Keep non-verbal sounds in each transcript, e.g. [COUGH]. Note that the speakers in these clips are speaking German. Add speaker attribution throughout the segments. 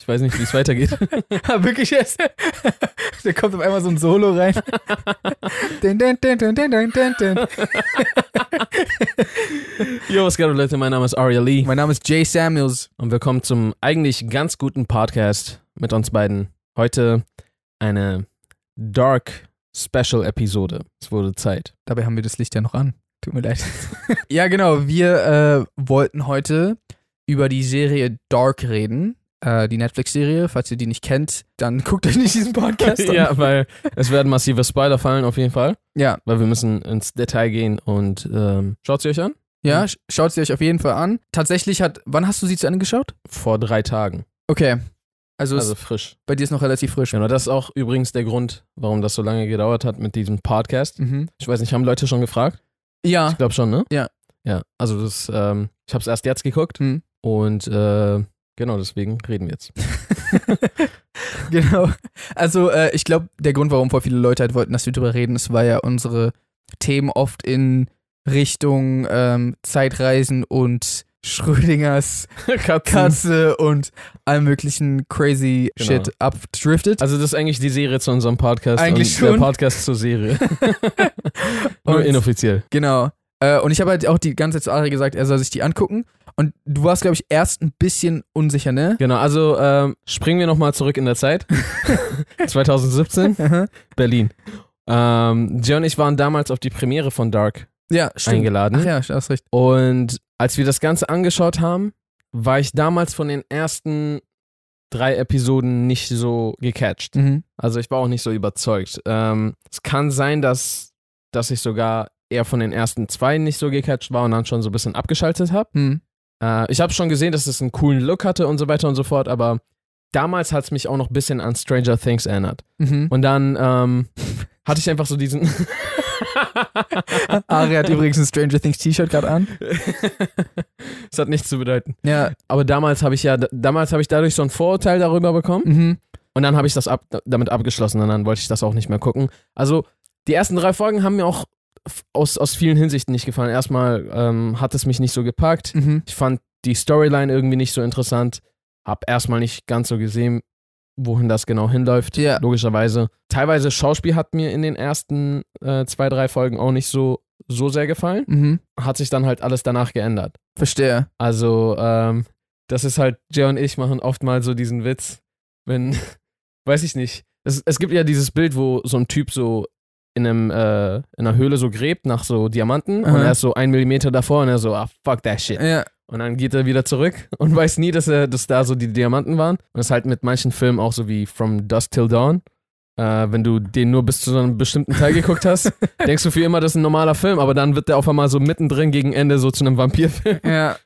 Speaker 1: Ich weiß nicht, wie
Speaker 2: [LAUGHS]
Speaker 1: es weitergeht.
Speaker 2: Ja, Ah, wirklich
Speaker 1: [LAUGHS]
Speaker 2: jetzt. Da kommt auf einmal so ein Solo rein. Dun, dun, dun, dun, dun, dun, dun, dun.
Speaker 1: Yo, was geht ab, Leute? Mein Name ist Aria Lee
Speaker 2: Mein Name ist Jay Samuels.
Speaker 1: und willkommen zum eigentlich ganz guten Podcast mit uns beiden. Heute eine Dark Special Episode. Es
Speaker 2: [LAUGHS]
Speaker 1: wurde Zeit.
Speaker 2: Dabei haben wir das Licht ja noch an. Tut mir leid. [LAUGHS] Ja, genau. Wir äh, wollten heute über die Serie Dark reden. Äh, die Netflix-Serie. Falls ihr die nicht kennt, dann [LAUGHS] guckt euch nicht diesen Podcast an.
Speaker 1: ja, weil es werden massive Spoiler fallen auf jeden Fall,
Speaker 2: Ja,
Speaker 1: weil wir müssen ins Detail gehen und ähm, schaut sie euch an.
Speaker 2: ja
Speaker 1: Mhm.
Speaker 2: sch- schaut sie euch auf jeden Fall an. Tatsächlich hat. Wann hast du sie zu Ende geschaut?
Speaker 1: Vor drei Tagen.
Speaker 2: Okay. Also,
Speaker 1: Also
Speaker 2: also
Speaker 1: frisch.
Speaker 2: bei dir ist noch relativ frisch.
Speaker 1: Genau, das ist auch übrigens der Grund, warum das so lange gedauert hat mit diesem Podcast.
Speaker 2: Mhm.
Speaker 1: Ich weiß nicht, haben Leute schon gefragt?
Speaker 2: Ja.
Speaker 1: Ich glaube schon, ne?
Speaker 2: Ah. Ja.
Speaker 1: Ja, also das, ähm, ich habe es erst jetzt geguckt
Speaker 2: Hm.
Speaker 1: und äh, genau deswegen reden wir jetzt.
Speaker 2: [LAUGHS] genau. Also äh, ich glaube, der Grund, warum voll viele Leute halt wollten, dass wir drüber reden, ist, weil ja unsere Themen oft in Richtung ähm, Zeitreisen und Schrödingers
Speaker 1: Hm. Katzen.
Speaker 2: Katze und allem möglichen crazy
Speaker 1: Genau.
Speaker 2: Shit abdriftet.
Speaker 1: Also das ist eigentlich die Serie zu unserem Podcast
Speaker 2: Eigentlich
Speaker 1: und
Speaker 2: schon.
Speaker 1: der Podcast
Speaker 2: [LAUGHS]
Speaker 1: zur Serie. [LAUGHS] Nur
Speaker 2: Und-
Speaker 1: inoffiziell.
Speaker 2: Genau. Äh, und ich habe halt auch die ganze Zeit zu Ari gesagt, er soll sich die angucken. Und du warst, glaube ich, erst ein bisschen unsicher, ne?
Speaker 1: Genau, also ähm, springen wir nochmal zurück in
Speaker 2: [LAUGHS]
Speaker 1: der Zeit. 2017,
Speaker 2: Aha.
Speaker 1: Berlin. Ähm, Jay und ich waren damals auf die Premiere von Dark
Speaker 2: ja, stimmt.
Speaker 1: eingeladen.
Speaker 2: Ach ja, du hast recht.
Speaker 1: Und als wir das Ganze angeschaut haben, war ich damals von den ersten drei Episoden nicht so gecatcht.
Speaker 2: Mhm.
Speaker 1: Also ich war auch nicht so überzeugt. Ähm, es kann sein, dass, dass ich sogar eher von den ersten zwei nicht so gecatcht war und dann schon so ein bisschen abgeschaltet habe.
Speaker 2: Hm.
Speaker 1: Äh, ich habe schon gesehen, dass es einen coolen Look hatte und so weiter und so fort, aber damals hat es mich auch noch ein bisschen an Stranger Things erinnert.
Speaker 2: Mhm.
Speaker 1: Und dann ähm, [LAUGHS] hatte ich einfach so diesen... [LAUGHS]
Speaker 2: [LAUGHS] Ari hat übrigens ein Stranger Things T-Shirt gerade an.
Speaker 1: Es hat nichts zu bedeuten.
Speaker 2: Ja.
Speaker 1: Aber damals habe ich ja, damals habe ich dadurch so ein Vorurteil darüber bekommen.
Speaker 2: Mhm.
Speaker 1: Und dann habe ich das ab, damit abgeschlossen und dann wollte ich das auch nicht mehr gucken. Also, die ersten drei Folgen haben mir auch f- aus, aus vielen Hinsichten nicht gefallen. Erstmal ähm, hat es mich nicht so gepackt.
Speaker 2: Mhm.
Speaker 1: Ich fand die Storyline irgendwie nicht so interessant. Hab erstmal nicht ganz so gesehen, wohin das genau hinläuft.
Speaker 2: Ja.
Speaker 1: Logischerweise. Teilweise Schauspiel hat mir in den ersten äh, zwei, drei Folgen auch nicht so, so sehr gefallen.
Speaker 2: Mhm.
Speaker 1: Hat sich dann halt alles danach geändert.
Speaker 2: Verstehe.
Speaker 1: Also, ähm, das ist halt, Jay und ich machen oft mal so diesen Witz, wenn, [LAUGHS] weiß ich nicht, es, es gibt ja dieses Bild, wo so ein Typ so in, einem, äh, in einer Höhle so gräbt nach so Diamanten und
Speaker 2: Aha.
Speaker 1: er ist so ein Millimeter davor und er so, ah, fuck that shit.
Speaker 2: Ja.
Speaker 1: Und dann geht er wieder zurück [LAUGHS] und weiß nie, dass, er, dass da so die Diamanten waren. Und das ist halt mit manchen Filmen auch so wie From Dusk Till Dawn. Äh, wenn du den nur bis zu so einem bestimmten Teil geguckt hast, denkst du für immer, das ist ein normaler Film, aber dann wird der auf einmal so mittendrin gegen Ende so zu einem Vampirfilm.
Speaker 2: Ja.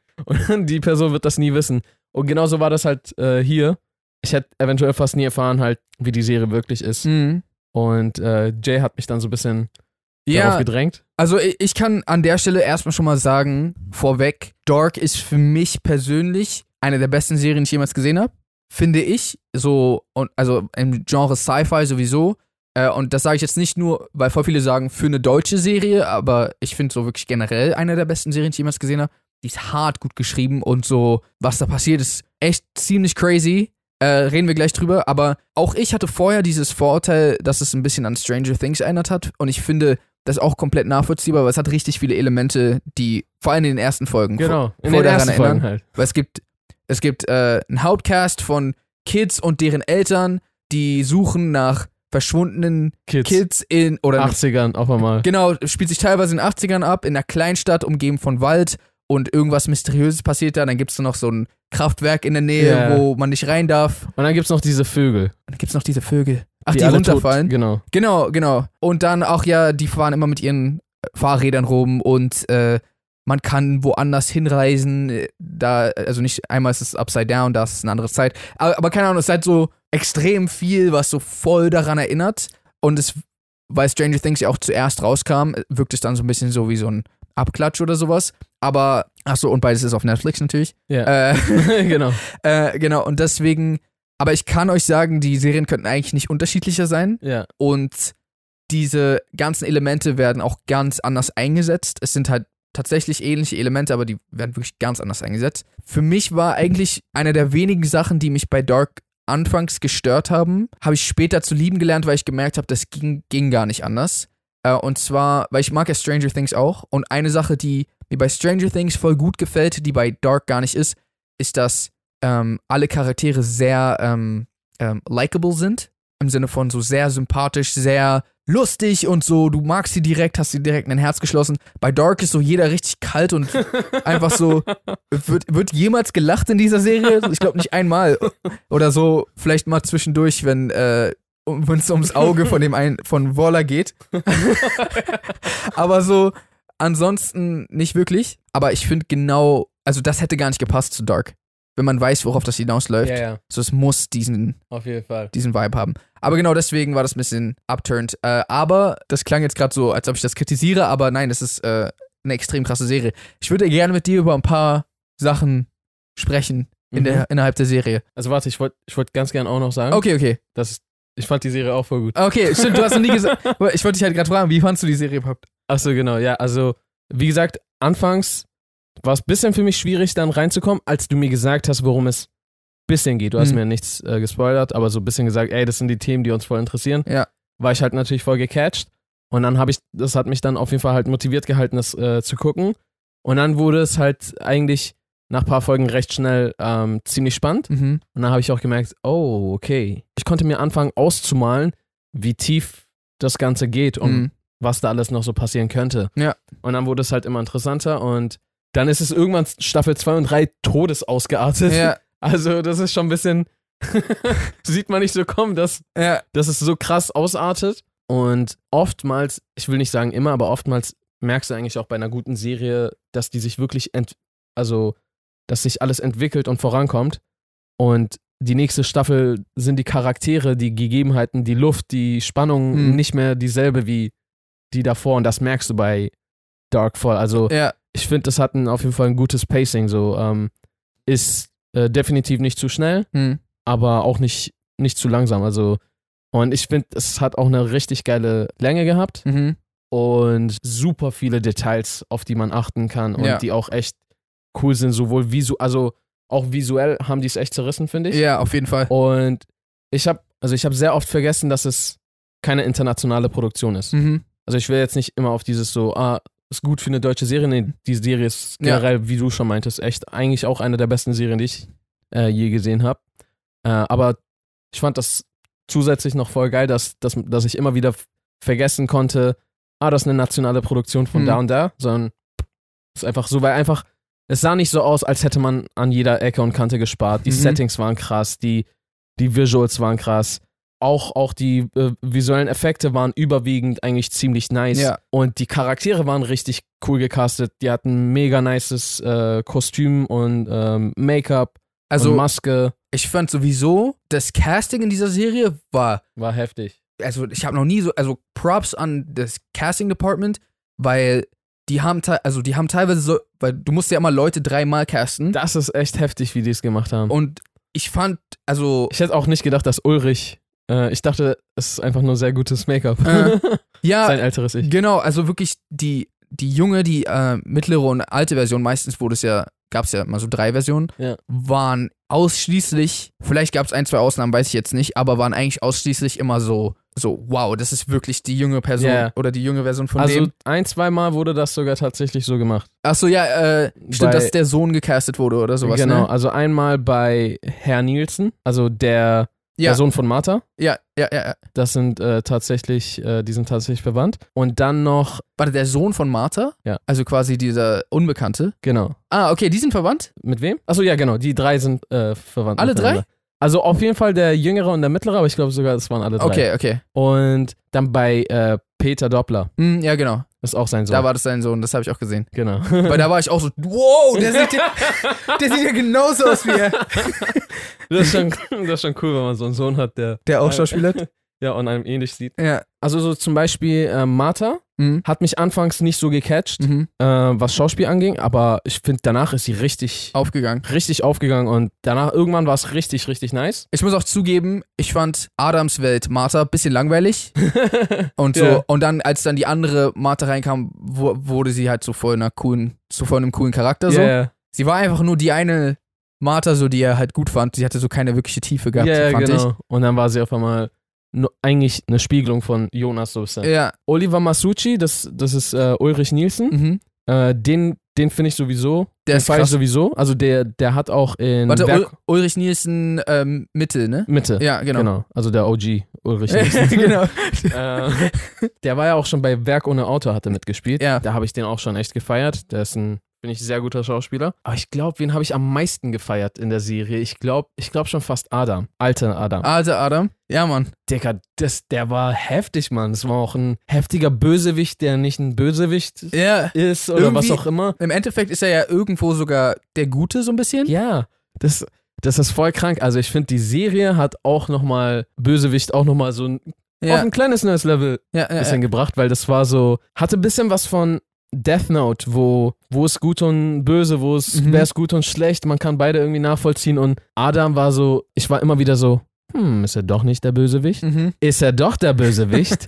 Speaker 1: Und die Person wird das nie wissen. Und genauso war das halt äh, hier. Ich hätte eventuell fast nie erfahren, halt, wie die Serie wirklich ist.
Speaker 2: Mhm.
Speaker 1: Und äh, Jay hat mich dann so ein bisschen darauf
Speaker 2: Ja,
Speaker 1: gedrängt.
Speaker 2: also ich, ich kann an der Stelle erstmal schon mal sagen, vorweg, Dark ist für mich persönlich eine der besten Serien, die ich jemals gesehen habe. Finde ich. So, und also im Genre Sci-Fi sowieso. Äh, und das sage ich jetzt nicht nur, weil voll viele sagen, für eine deutsche Serie, aber ich finde so wirklich generell eine der besten Serien, die ich jemals gesehen habe. Die ist hart gut geschrieben und so, was da passiert, ist echt ziemlich crazy. Äh, reden wir gleich drüber, aber auch ich hatte vorher dieses Vorurteil, dass es ein bisschen an Stranger Things erinnert hat und ich finde das auch komplett nachvollziehbar, weil es hat richtig viele Elemente, die vor allem in den ersten Folgen
Speaker 1: Genau. In
Speaker 2: voll
Speaker 1: den
Speaker 2: daran
Speaker 1: ersten Folgen halt.
Speaker 2: weil es gibt, es gibt äh, einen Outcast von Kids und deren Eltern, die suchen nach verschwundenen
Speaker 1: Kids.
Speaker 2: Kids in oder
Speaker 1: 80ern auf einmal.
Speaker 2: genau, spielt sich teilweise in den 80ern ab, in einer Kleinstadt umgeben von Wald und irgendwas Mysteriöses passiert da. Dann gibt es noch so ein Kraftwerk in der Nähe,
Speaker 1: Ja.
Speaker 2: wo man nicht rein darf. Und
Speaker 1: Und dann gibt's noch diese Vögel.
Speaker 2: dann gibt es noch diese Vögel. Ach, die,
Speaker 1: alle
Speaker 2: runterfallen.
Speaker 1: Tot, genau.
Speaker 2: Genau, genau. Und dann auch ja, die fahren immer mit ihren äh, Fahrrädern rum und äh, man kann woanders hinreisen. äh, Da, also nicht einmal ist es upside down, da ist es eine andere Zeit. Aber, aber keine Ahnung, es ist halt so extrem viel, was so voll daran erinnert. Und es, weil Stranger Things ja auch zuerst rauskam, wirkt es dann so ein bisschen so wie so ein Abklatsch oder sowas. Aber, ach so, und beides ist auf Netflix natürlich.
Speaker 1: Ja.
Speaker 2: Äh, [LAUGHS]
Speaker 1: [LAUGHS] genau.
Speaker 2: äh, genau, und deswegen Aber ich kann euch sagen, die Serien könnten eigentlich nicht unterschiedlicher sein.
Speaker 1: Ja.
Speaker 2: Und diese ganzen Elemente werden auch ganz anders eingesetzt. Es sind halt tatsächlich ähnliche Elemente, aber die werden wirklich ganz anders eingesetzt. Für mich war eigentlich eine der wenigen Sachen, die mich bei Dark anfangs gestört haben, habe ich später zu lieben gelernt, weil ich gemerkt habe, das ging, ging gar nicht anders. Äh, und zwar, weil ich mag ja Stranger Things auch. Und eine Sache, die mir bei Stranger Things voll gut gefällt, die bei Dark gar nicht ist, ist, dass ähm, alle Charaktere sehr ähm, ähm, likable sind. Im Sinne von so sehr sympathisch, sehr lustig und so. Du magst sie direkt, hast sie direkt in dein Herz geschlossen. Bei Dark ist so jeder richtig kalt und einfach so. Wird, wird jemals gelacht in dieser Serie? Ich glaube nicht einmal. Oder so, vielleicht mal zwischendurch, wenn. Äh, wenn es ums Auge von dem einen, von Waller geht. Aber so, ansonsten nicht wirklich. Aber ich finde genau, also das hätte gar nicht gepasst zu Dark. Wenn man weiß, worauf das hinausläuft.
Speaker 1: ja, ja,
Speaker 2: So, es muss diesen,
Speaker 1: auf jeden Fall.
Speaker 2: diesen Vibe haben. Aber genau deswegen war das ein bisschen upturned. Äh, aber das klang jetzt gerade so, als ob ich das kritisiere, aber nein, das ist äh, eine extrem krasse Serie. Ich würde gerne mit dir über ein paar Sachen sprechen in
Speaker 1: Mhm.
Speaker 2: der, innerhalb der Serie.
Speaker 1: Also warte, ich wollte ich wollt ganz gern auch noch sagen,
Speaker 2: Okay, okay.
Speaker 1: dass ich fand die Serie auch voll gut.
Speaker 2: Okay, stimmt, du hast noch nie [LAUGHS] gesagt. Ich wollte dich halt gerade fragen, wie fandst du die Serie überhaupt?
Speaker 1: Achso, genau, ja, also wie gesagt, anfangs war es ein bisschen für mich schwierig, dann reinzukommen, als du mir gesagt hast, worum es bisschen geht. Du hast
Speaker 2: Mhm.
Speaker 1: mir nichts äh, gespoilert, aber so ein bisschen gesagt, ey, das sind die Themen, die uns voll interessieren.
Speaker 2: Ja.
Speaker 1: War ich halt natürlich voll gecatcht. Und dann habe ich, das hat mich dann auf jeden Fall halt motiviert gehalten, das äh, zu gucken. Und dann wurde es halt eigentlich nach ein paar Folgen recht schnell ähm, ziemlich spannend.
Speaker 2: Mhm.
Speaker 1: Und dann habe ich auch gemerkt, oh, okay. Ich konnte mir anfangen auszumalen, wie tief das Ganze geht um und
Speaker 2: Mhm.
Speaker 1: was da alles noch so passieren könnte.
Speaker 2: Ja.
Speaker 1: Und dann wurde es halt immer interessanter und dann ist es irgendwann Staffel 2 und 3 Todes ausgeartet.
Speaker 2: Ja,
Speaker 1: [LAUGHS] Also das ist schon ein bisschen, [LAUGHS] sieht man nicht so kommen, dass,
Speaker 2: ja,
Speaker 1: dass es so krass ausartet. Und oftmals, ich will nicht sagen immer, aber oftmals merkst du eigentlich auch bei einer guten Serie, dass die sich wirklich, ent also dass sich alles entwickelt und vorankommt. Und die nächste Staffel sind die Charaktere, die Gegebenheiten, die Luft, die Spannung
Speaker 2: Mhm.
Speaker 1: nicht mehr dieselbe wie die davor. Und das merkst du bei Darkfall. Also
Speaker 2: ja.
Speaker 1: ich finde, das hatten auf jeden Fall ein gutes Pacing. So ähm, ist äh, definitiv nicht zu schnell
Speaker 2: Hm.
Speaker 1: aber auch nicht, nicht zu langsam. Also, und ich finde, es hat auch eine richtig geile Länge gehabt
Speaker 2: Mhm.
Speaker 1: und super viele Details, auf die man achten kann und
Speaker 2: Ja.
Speaker 1: die auch echt cool sind, sowohl visu also auch visuell haben die es echt zerrissen, finde ich.
Speaker 2: Ja, auf jeden Fall.
Speaker 1: Und ich habe also ich habe sehr oft vergessen, dass es keine internationale Produktion ist.
Speaker 2: Mhm.
Speaker 1: Also ich will jetzt nicht immer auf dieses so, ah, ist gut für eine deutsche Serie. Nee, die Serie ist
Speaker 2: Ja.
Speaker 1: generell, wie du schon meintest, echt eigentlich auch eine der besten Serien, die ich äh, je gesehen habe. Äh, aber ich fand das zusätzlich noch voll geil, dass, dass, dass ich immer wieder f- vergessen konnte, ah, das ist eine nationale Produktion von
Speaker 2: Hm.
Speaker 1: da und da, sondern ist einfach so, weil einfach, es sah nicht so aus, als hätte man an jeder Ecke und Kante gespart. Die
Speaker 2: Mhm.
Speaker 1: Settings waren krass, die, die Visuals waren krass. Auch, auch die äh, visuellen Effekte waren überwiegend eigentlich ziemlich nice.
Speaker 2: Ja.
Speaker 1: Und die Charaktere waren richtig cool gecastet. Die hatten mega nices äh, Kostüm und ähm, Make-up und
Speaker 2: Also,
Speaker 1: Maske.
Speaker 2: ich fand sowieso, das Casting in dieser Serie war
Speaker 1: War heftig.
Speaker 2: also ich habe noch nie so, also Props an das Casting Department, weil die haben, te- also die haben teilweise so, weil du musst ja immer Leute dreimal casten
Speaker 1: Das ist echt heftig, wie die es gemacht haben.
Speaker 2: und ich fand, also
Speaker 1: Ich hätte auch nicht gedacht, dass Ulrich. Äh, ich dachte, es ist einfach nur sehr gutes
Speaker 2: Äh,
Speaker 1: Make-up. [LAUGHS] Sein
Speaker 2: ja,
Speaker 1: älteres Ich.
Speaker 2: genau, also wirklich die die junge, die äh, mittlere und alte Version, meistens wurde es ja, gab es ja immer so drei Versionen,
Speaker 1: Ja.
Speaker 2: waren ausschließlich, vielleicht gab es ein, zwei Ausnahmen, weiß ich jetzt nicht, aber waren eigentlich ausschließlich immer so, so, wow, das ist wirklich die junge Person
Speaker 1: Ja.
Speaker 2: oder die junge Version von dem.
Speaker 1: Also ein, zweimal wurde das sogar tatsächlich so gemacht.
Speaker 2: Achso, ja, äh,
Speaker 1: Bei-
Speaker 2: stimmt, dass der Sohn gecastet wurde oder sowas.
Speaker 1: genau,
Speaker 2: Ne?
Speaker 1: also einmal bei Herr Nielsen, also der,
Speaker 2: Ja.
Speaker 1: der Sohn von Martha.
Speaker 2: Ja, ja, ja. ja.
Speaker 1: Das sind äh, tatsächlich, äh, die sind tatsächlich verwandt. Und dann noch,
Speaker 2: Warte, der Sohn von Martha?
Speaker 1: Ja.
Speaker 2: Also quasi dieser Unbekannte.
Speaker 1: genau,
Speaker 2: Ah, okay, die sind verwandt?
Speaker 1: mit wem? Achso, ja, genau, die drei sind äh, verwandt.
Speaker 2: Alle
Speaker 1: miteinander. Also auf jeden Fall der Jüngere und der Mittlere, aber ich glaube sogar, das waren alle drei.
Speaker 2: Okay, okay.
Speaker 1: Und dann bei äh, Peter Doppler,
Speaker 2: Hm, ja, genau.
Speaker 1: das ist auch sein Sohn.
Speaker 2: Da war das sein Sohn, das habe ich auch
Speaker 1: [LAUGHS]
Speaker 2: gesehen.
Speaker 1: genau.
Speaker 2: Weil da war ich auch so, wow, der sieht
Speaker 1: [LAUGHS]
Speaker 2: ja, der sieht ja genauso aus wie er.
Speaker 1: Das ist, schon, das ist schon cool, wenn man so einen Sohn hat, der
Speaker 2: Der
Speaker 1: Schauspieler? ja und einem ähnlich sieht.
Speaker 2: [LAUGHS] Ja.
Speaker 1: Also so zum Beispiel äh, Martha
Speaker 2: Mhm.
Speaker 1: Hat mich anfangs nicht so gecatcht,
Speaker 2: Mhm.
Speaker 1: äh, was Schauspiel anging, aber ich finde, danach ist sie richtig,
Speaker 2: Aufgegangen.
Speaker 1: richtig aufgegangen und danach irgendwann war es richtig, richtig nice. [LAUGHS]
Speaker 2: Ich muss auch zugeben, ich fand Adams Welt Martha ein bisschen
Speaker 1: [LAUGHS]
Speaker 2: langweilig. und so,
Speaker 1: Ja.
Speaker 2: und dann, als dann die andere Martha reinkam, wo, wurde sie halt so voll einer coolen, so voll einem coolen Charakter. So.
Speaker 1: Yeah.
Speaker 2: Sie war einfach nur die eine Martha, so die er halt gut fand. Sie hatte so keine wirkliche Tiefe gehabt,
Speaker 1: Ja, ja,
Speaker 2: fand
Speaker 1: genau. Und dann war sie auf einmal nur eigentlich eine Spiegelung von Jonas so ein bisschen.
Speaker 2: ich. Ja,
Speaker 1: Oliver Masucci, das, das ist äh, Ulrich Nielsen,
Speaker 2: mhm.
Speaker 1: äh, den, den finde ich sowieso.
Speaker 2: Der
Speaker 1: den
Speaker 2: ist
Speaker 1: feier ich
Speaker 2: krass.
Speaker 1: sowieso. Also der, der hat auch in
Speaker 2: Warte,
Speaker 1: Werk
Speaker 2: Ul Ulrich Nielsen ähm, Mitte, ne?
Speaker 1: Mitte.
Speaker 2: Ja, genau.
Speaker 1: genau.
Speaker 2: [LAUGHS]
Speaker 1: Also der OG Ulrich Nielsen.
Speaker 2: genau.
Speaker 1: äh, [LAUGHS] der war ja auch schon bei Werk ohne Autor, hatte mitgespielt.
Speaker 2: Ja.
Speaker 1: Da habe ich den auch schon echt gefeiert. Der ist ein, bin ich sehr guter Schauspieler. Aber ich glaube, wen habe ich am meisten gefeiert in der Serie? Ich glaube ich glaub schon fast Adam. Alter Adam.
Speaker 2: Alter Adam. Ja, Mann.
Speaker 1: Digga, das, der war heftig, Mann. Das war auch ein heftiger Bösewicht, der nicht ein Bösewicht
Speaker 2: Ja.
Speaker 1: ist oder
Speaker 2: Irgendwie-
Speaker 1: was auch immer.
Speaker 2: Im Endeffekt ist er ja irgendwo sogar der Gute, so ein bisschen.
Speaker 1: Ja, das, das ist voll krank. Also ich finde, die Serie hat auch nochmal, Bösewicht auch nochmal so ein, auf ein kleines neues Level
Speaker 2: ja, ja,
Speaker 1: bisschen gebracht, weil das war so, hatte ein bisschen was von Death Note, wo, wo ist gut und böse, wo ist,
Speaker 2: Mhm.
Speaker 1: wer ist gut und schlecht, man kann beide irgendwie nachvollziehen und Adam war so, ich war immer wieder so, hm, ist er doch nicht der Bösewicht?
Speaker 2: ja. Mhm.
Speaker 1: Ist er doch der Bösewicht?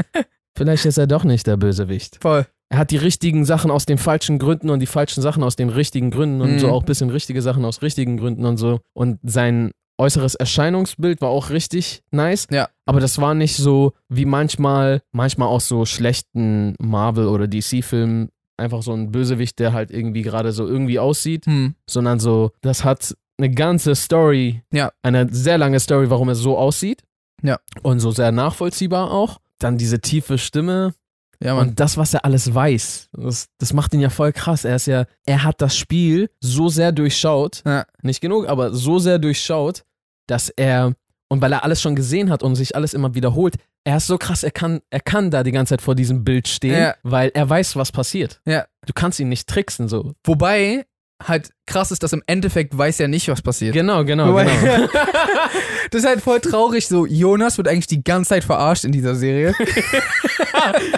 Speaker 1: Vielleicht ist er doch nicht der Bösewicht.
Speaker 2: Voll.
Speaker 1: Er hat die richtigen Sachen aus den falschen Gründen und die falschen Sachen aus den richtigen Gründen und
Speaker 2: Mhm.
Speaker 1: so auch ein bisschen richtige Sachen aus richtigen Gründen und so. Und sein äußeres Erscheinungsbild war auch richtig nice.
Speaker 2: Ja.
Speaker 1: Aber das war nicht so wie manchmal, manchmal auch so schlechten Marvel- oder DC-Filmen, einfach so ein Bösewicht, der halt irgendwie gerade so irgendwie aussieht,
Speaker 2: Hm.
Speaker 1: sondern so, das hat eine ganze Story,
Speaker 2: Ja.
Speaker 1: eine sehr lange Story, warum er so aussieht.
Speaker 2: Ja.
Speaker 1: Und so sehr nachvollziehbar auch. Dann diese tiefe Stimme,
Speaker 2: Ja, Mann.
Speaker 1: und das, was er alles weiß, das, das macht ihn ja voll krass. Er ist ja, er hat das Spiel so sehr durchschaut,
Speaker 2: Ja.
Speaker 1: nicht genug, aber so sehr durchschaut, dass er, und weil er alles schon gesehen hat und sich alles immer wiederholt, er ist so krass, er kann, er kann da die ganze Zeit vor diesem Bild stehen,
Speaker 2: Ja.
Speaker 1: weil er weiß, was passiert.
Speaker 2: Ja.
Speaker 1: Du kannst ihn nicht tricksen, so.
Speaker 2: Wobei halt krass ist, dass im Endeffekt weiß er nicht, was passiert.
Speaker 1: Genau, genau,
Speaker 2: Wobei-
Speaker 1: genau.
Speaker 2: [LAUGHS] das ist halt voll traurig. So, Jonas wird eigentlich die ganze Zeit verarscht in dieser Serie.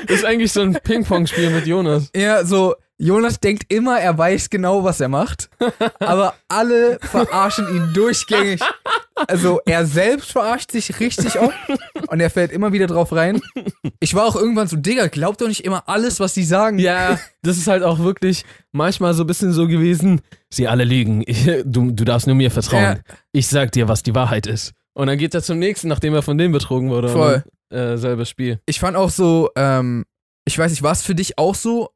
Speaker 1: Das ist eigentlich so ein Ping-Pong-Spiel mit Jonas.
Speaker 2: ja, so, Jonas denkt immer, er weiß genau, was er macht. Aber alle verarschen ihn durchgängig. Also, er selbst verarscht sich richtig oft. Und er fällt immer wieder drauf rein. Ich war auch irgendwann so, Digga, glaubt doch nicht immer alles, was die sagen.
Speaker 1: Ja, das ist halt auch wirklich manchmal so ein bisschen so gewesen. Sie alle lügen. Ich, du, du darfst nur mir vertrauen. Ich sag dir, was die Wahrheit ist. Und dann geht er zum nächsten, nachdem er von dem betrogen wurde.
Speaker 2: Voll.
Speaker 1: Und, äh, selbes Spiel.
Speaker 2: ich fand auch so, ähm, ich weiß nicht, war es für dich auch so?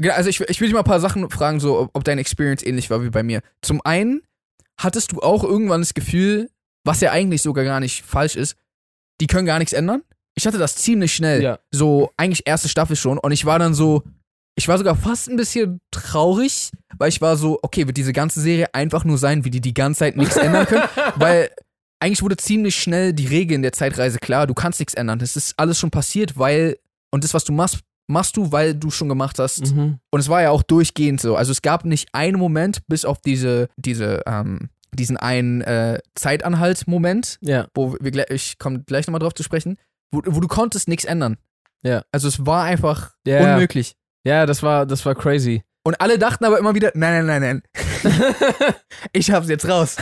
Speaker 2: Genau, Also ich, ich will dich mal ein paar Sachen fragen, so ob, ob deine Experience ähnlich war wie bei mir. Zum einen, hattest du auch irgendwann das Gefühl, was ja eigentlich sogar gar nicht falsch ist, die können gar nichts ändern? Ich hatte das ziemlich schnell,
Speaker 1: Ja.
Speaker 2: so eigentlich erste Staffel schon und ich war dann so, ich war sogar fast ein bisschen traurig, weil ich war so, okay, wird diese ganze Serie einfach nur sein, wie die die ganze Zeit nichts ändern können? Weil eigentlich wurde ziemlich schnell die Regeln der Zeitreise klar, du kannst nichts ändern. Es ist alles schon passiert, weil, und das, was du machst, machst du, weil du schon gemacht hast.
Speaker 1: Mhm.
Speaker 2: Und es war ja auch durchgehend so. Also es gab nicht einen Moment, bis auf diese, diese, ähm, diesen einen äh, Zeitanhalt-Moment,
Speaker 1: Ja.
Speaker 2: wo wir gleich, ich komme gleich nochmal drauf zu sprechen, wo, wo du konntest nichts ändern.
Speaker 1: Ja.
Speaker 2: Also es war einfach
Speaker 1: Ja, ja.
Speaker 2: unmöglich.
Speaker 1: Ja, das war, das war crazy.
Speaker 2: Und alle dachten aber immer wieder, nein, nein, nein, nein.
Speaker 1: [LAUGHS]
Speaker 2: ich hab's jetzt raus.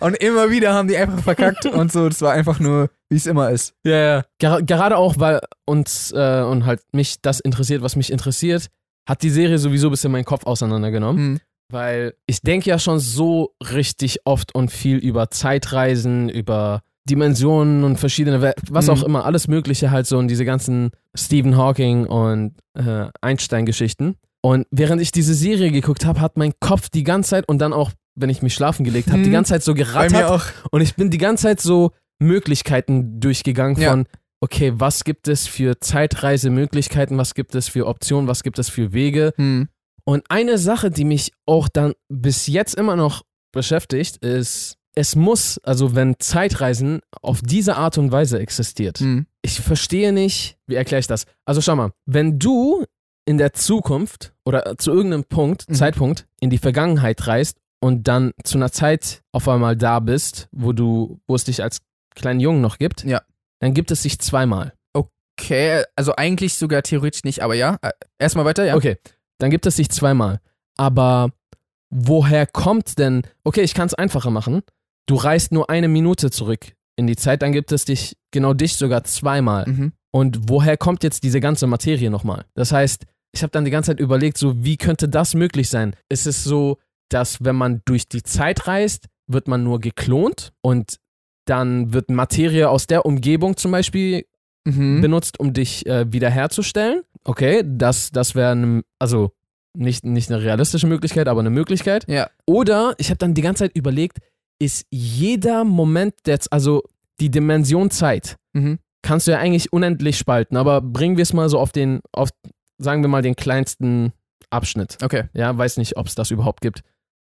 Speaker 2: und immer wieder haben die einfach verkackt und so, das war einfach nur, wie es immer ist.
Speaker 1: Ja, ja. Ger gerade auch, weil uns äh, und halt mich das interessiert, was mich interessiert, hat die Serie sowieso ein bisschen meinen Kopf auseinandergenommen.
Speaker 2: Mhm.
Speaker 1: Weil ich denke ja schon so richtig oft und viel über Zeitreisen, über Dimensionen und verschiedene, Wel was
Speaker 2: Mhm.
Speaker 1: auch immer, alles Mögliche halt so und diese ganzen Stephen Hawking und äh, Einstein-Geschichten. Und während ich diese Serie geguckt habe, hat mein Kopf die ganze Zeit und dann auch, wenn ich mich schlafen gelegt habe, die
Speaker 2: Mhm.
Speaker 1: ganze Zeit so gerattert
Speaker 2: auch.
Speaker 1: und ich bin die ganze Zeit so Möglichkeiten durchgegangen
Speaker 2: Ja.
Speaker 1: von, okay, was gibt es für Zeitreisemöglichkeiten, was gibt es für Optionen, was gibt es für Wege,
Speaker 2: Mhm.
Speaker 1: und eine Sache, die mich auch dann bis jetzt immer noch beschäftigt, ist, es muss, also wenn Zeitreisen auf diese Art und Weise existiert.
Speaker 2: Mhm.
Speaker 1: Ich verstehe nicht, wie erkläre ich das? Also schau mal, wenn du in der Zukunft oder zu irgendeinem Punkt,
Speaker 2: Mhm.
Speaker 1: Zeitpunkt, in die Vergangenheit reist und dann zu einer Zeit auf einmal da bist, wo du, wo es dich als kleinen Jungen noch gibt,
Speaker 2: Ja.
Speaker 1: dann gibt es dich zweimal.
Speaker 2: Okay, also eigentlich sogar theoretisch nicht, aber ja. Äh, Erstmal weiter, ja.
Speaker 1: Okay, dann gibt es dich zweimal. Aber woher kommt denn. Okay, ich kann es einfacher machen. Du reist nur eine Minute zurück in die Zeit, dann gibt es dich, genau dich sogar zweimal.
Speaker 2: Mhm.
Speaker 1: Und woher kommt jetzt diese ganze Materie nochmal? Das heißt, ich habe dann die ganze Zeit überlegt, so wie könnte das möglich sein? Ist es so, dass wenn man durch die Zeit reist, wird man nur geklont und dann wird Materie aus der Umgebung zum Beispiel
Speaker 2: Mhm.
Speaker 1: benutzt, um dich äh, wiederherzustellen. Okay, das, das wäre, ne- also nicht, nicht eine realistische Möglichkeit, aber eine Möglichkeit.
Speaker 2: Ja.
Speaker 1: Oder ich habe dann die ganze Zeit überlegt, ist jeder Moment, der, Z- also die Dimension Zeit,
Speaker 2: Mhm.
Speaker 1: kannst du ja eigentlich unendlich spalten, aber bringen wir es mal so auf den, auf, sagen wir mal, den kleinsten Abschnitt.
Speaker 2: Okay.
Speaker 1: Ja, weiß nicht, ob es das überhaupt gibt,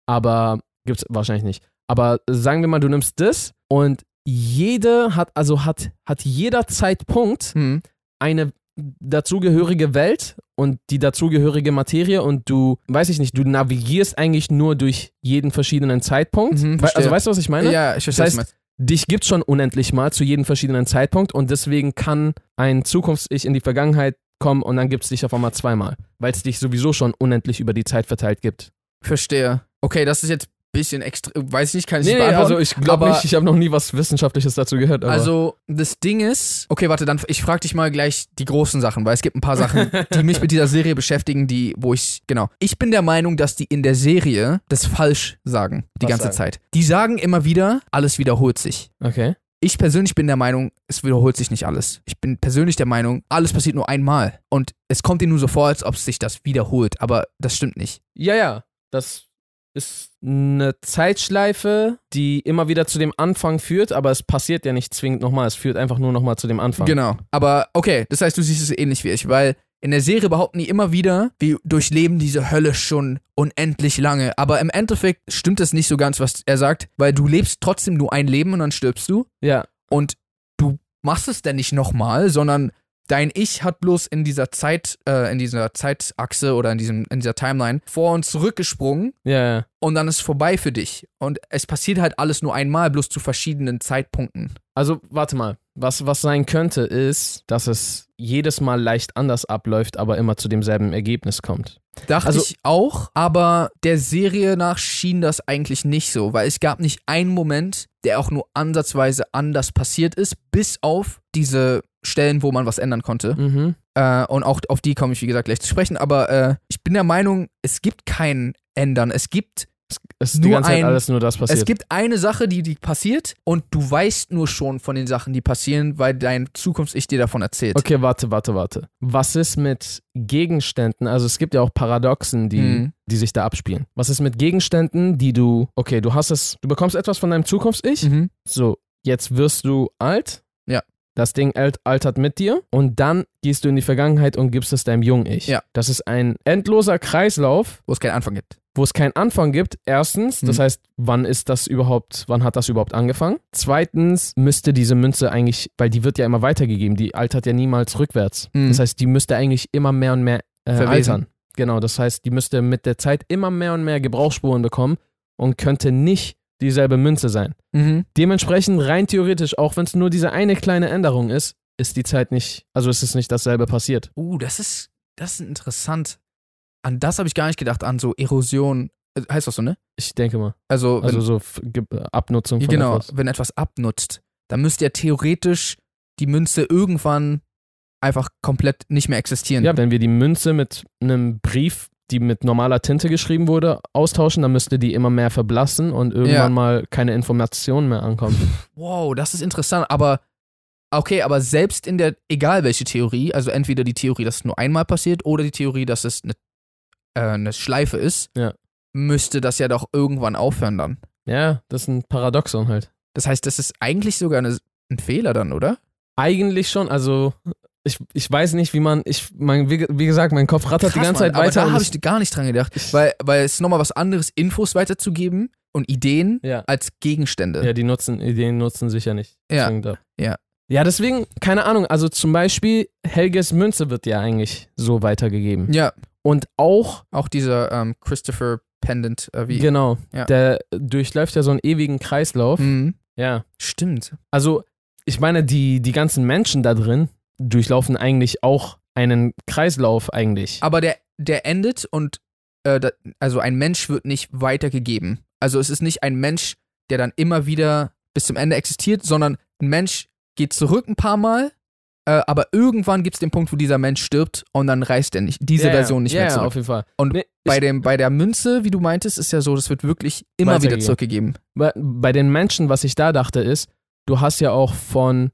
Speaker 1: aber gibt es wahrscheinlich nicht. Aber sagen wir mal, du nimmst das und jede hat, also hat, hat jeder Zeitpunkt
Speaker 2: Mhm.
Speaker 1: eine dazugehörige Welt und die dazugehörige Materie und du, weiß ich nicht, du navigierst eigentlich nur durch jeden verschiedenen Zeitpunkt.
Speaker 2: Mhm,
Speaker 1: Wei-
Speaker 2: verstehe.
Speaker 1: also weißt du, was ich meine?
Speaker 2: Ja, ich verstehe.
Speaker 1: Das
Speaker 2: was du
Speaker 1: Dich gibt's schon unendlich mal zu jedem verschiedenen Zeitpunkt und deswegen kann ein Zukunfts-Ich in die Vergangenheit kommen und dann gibt's dich auf einmal zweimal, weil es dich sowieso schon unendlich über die Zeit verteilt gibt.
Speaker 2: meinst. verstehe. Okay, das ist jetzt ein bisschen extra. Weiß ich nicht, kann ich
Speaker 1: Nee,
Speaker 2: nicht
Speaker 1: nee,
Speaker 2: beantworten.
Speaker 1: also ich glaube
Speaker 2: aber-
Speaker 1: nicht, ich habe noch nie was Wissenschaftliches dazu gehört. Aber
Speaker 2: Also, das Ding ist, okay, warte, dann ich frage dich mal gleich die großen Sachen, weil es gibt ein paar Sachen, die mich mit dieser Serie beschäftigen, die wo ich genau. Ich bin der Meinung, dass die in der Serie das falsch sagen die
Speaker 1: Was
Speaker 2: ganze
Speaker 1: sagen?
Speaker 2: Zeit. Die sagen immer wieder, alles wiederholt sich.
Speaker 1: okay.
Speaker 2: Ich persönlich bin der Meinung, es wiederholt sich nicht alles. Ich bin persönlich der Meinung, alles passiert nur einmal und es kommt dir nur so vor, als ob sich das wiederholt, aber das stimmt nicht.
Speaker 1: Ja, ja, das ist eine Zeitschleife, die immer wieder zu dem Anfang führt, aber es passiert ja nicht zwingend nochmal, es führt einfach nur nochmal zu dem Anfang.
Speaker 2: Genau. Aber okay, das heißt, du siehst es ähnlich wie ich, weil in der Serie behaupten die immer wieder, wir durchleben diese Hölle schon unendlich lange. Aber im Endeffekt stimmt das nicht so ganz, was er sagt, weil du lebst trotzdem nur ein Leben und dann stirbst du.
Speaker 1: Ja,
Speaker 2: Und du machst es dann nicht nochmal, sondern dein Ich hat bloß in dieser Zeit, äh, in dieser Zeitachse oder in, diesem, in dieser Timeline vor und zurückgesprungen
Speaker 1: ja, ja.
Speaker 2: und dann ist vorbei für dich. Und es passiert halt alles nur einmal, bloß zu verschiedenen Zeitpunkten.
Speaker 1: Also, warte mal. Was, was sein könnte, ist, dass es jedes Mal leicht anders abläuft, aber immer zu demselben Ergebnis kommt.
Speaker 2: Dachte
Speaker 1: Also-
Speaker 2: ich auch, aber der Serie nach schien das eigentlich nicht so, weil es gab nicht einen Moment, der auch nur ansatzweise anders passiert ist, bis auf diese Stellen, wo man was ändern konnte.
Speaker 1: Mhm.
Speaker 2: Äh, und auch auf die komme ich, wie gesagt, gleich zu sprechen. Aber äh, ich bin der Meinung, es gibt kein Ändern. Es gibt,
Speaker 1: Es ist die
Speaker 2: Nur
Speaker 1: ganze Zeit
Speaker 2: ein-
Speaker 1: alles nur das passiert.
Speaker 2: es gibt eine Sache, die, die passiert und du weißt nur schon von den Sachen, die passieren, weil dein Zukunfts-Ich dir davon erzählt.
Speaker 1: okay, warte, warte, warte. Was ist mit Gegenständen? Also, es gibt ja auch Paradoxen, die,
Speaker 2: Mhm.
Speaker 1: die sich da abspielen. Was ist mit Gegenständen, die du, okay, du hast es, du bekommst etwas von deinem Zukunfts-Ich,
Speaker 2: Mhm.
Speaker 1: So, jetzt wirst du alt.
Speaker 2: Ja.
Speaker 1: Das Ding alt, altert mit dir und dann gehst du in die Vergangenheit und gibst es deinem jungen Ich.
Speaker 2: Ja.
Speaker 1: Das ist ein endloser Kreislauf,
Speaker 2: Wo es keinen Anfang gibt.
Speaker 1: wo es keinen Anfang gibt. Erstens, das
Speaker 2: Mhm.
Speaker 1: heißt, wann ist das überhaupt, wann hat das überhaupt angefangen? Zweitens müsste diese Münze eigentlich, weil die wird ja immer weitergegeben, die altert ja niemals rückwärts.
Speaker 2: Mhm.
Speaker 1: Das heißt, die müsste eigentlich immer mehr und mehr äh,
Speaker 2: Verwesen.
Speaker 1: altern. Genau, das heißt, die müsste mit der Zeit immer mehr und mehr Gebrauchsspuren bekommen und könnte nicht dieselbe Münze sein.
Speaker 2: Mhm.
Speaker 1: Dementsprechend rein theoretisch, auch wenn es nur diese eine kleine Änderung ist, ist die Zeit nicht, also es ist nicht dasselbe passiert.
Speaker 2: Uh, das ist, das ist interessant. An das habe ich gar nicht gedacht, an so Erosion. Äh, Heißt das so, ne?
Speaker 1: Ich denke mal.
Speaker 2: Also, wenn,
Speaker 1: Also so F- Ge- äh, Abnutzung von
Speaker 2: genau,
Speaker 1: etwas.
Speaker 2: wenn etwas abnutzt, dann müsste ja theoretisch die Münze irgendwann einfach komplett nicht mehr existieren.
Speaker 1: Ja, wenn wir die Münze mit einem Brief, die mit normaler Tinte geschrieben wurde, austauschen, dann müsste die immer mehr verblassen und irgendwann
Speaker 2: Ja.
Speaker 1: mal keine Informationen mehr ankommen.
Speaker 2: Wow, das ist interessant, aber okay, aber selbst in der, egal welche Theorie, also entweder die Theorie, dass es nur einmal passiert oder die Theorie, dass es eine äh, eine Schleife ist,
Speaker 1: Ja.
Speaker 2: müsste das ja doch irgendwann aufhören dann.
Speaker 1: [LAUGHS] ja, das ist ein Paradoxon halt.
Speaker 2: Das heißt, das ist eigentlich sogar eine, ein Fehler dann, oder?
Speaker 1: Eigentlich schon, also ich, ich weiß nicht, wie man, ich, mein, wie, ge- wie gesagt, mein Kopf rattert die
Speaker 2: Krass,
Speaker 1: ganze
Speaker 2: Mann,
Speaker 1: Zeit weiter.
Speaker 2: Aber
Speaker 1: und
Speaker 2: da habe
Speaker 1: ich-
Speaker 2: ich gar nicht dran gedacht, weil, weil es ist nochmal was anderes, Infos weiterzugeben und Ideen
Speaker 1: ja.
Speaker 2: als Gegenstände.
Speaker 1: Ja, die nutzen, Ideen nutzen sich ja nicht.
Speaker 2: Ja.
Speaker 1: Zwingend ab.
Speaker 2: Ja.
Speaker 1: Ja, deswegen, keine Ahnung, also zum Beispiel Helges Münze wird ja eigentlich so weitergegeben.
Speaker 2: Ja,
Speaker 1: Und auch,
Speaker 2: auch dieser ähm, Christopher Pendant, äh, wie.
Speaker 1: genau,
Speaker 2: Ja.
Speaker 1: der durchläuft ja so einen ewigen Kreislauf.
Speaker 2: Mhm.
Speaker 1: Ja.
Speaker 2: Stimmt.
Speaker 1: Also, ich meine, die, die ganzen Menschen da drin, durchlaufen eigentlich auch einen Kreislauf eigentlich.
Speaker 2: Aber der, der endet und äh, da, also ein Mensch wird nicht weitergegeben. Also es ist nicht ein Mensch, der dann immer wieder bis zum Ende existiert, sondern ein Mensch geht zurück ein paar Mal, äh, aber irgendwann gibt es den Punkt, wo dieser Mensch stirbt und dann reißt er nicht, diese
Speaker 1: Ja, ja.
Speaker 2: Version nicht
Speaker 1: ja,
Speaker 2: mehr
Speaker 1: ja,
Speaker 2: zurück.
Speaker 1: auf jeden Fall.
Speaker 2: Und
Speaker 1: Nee,
Speaker 2: Bei, dem, bei der Münze, wie du meintest, ist ja so, das wird wirklich immer wieder
Speaker 1: Weitergegeben.
Speaker 2: zurückgegeben.
Speaker 1: bei, bei den Menschen, was ich da dachte, ist, du hast ja auch von,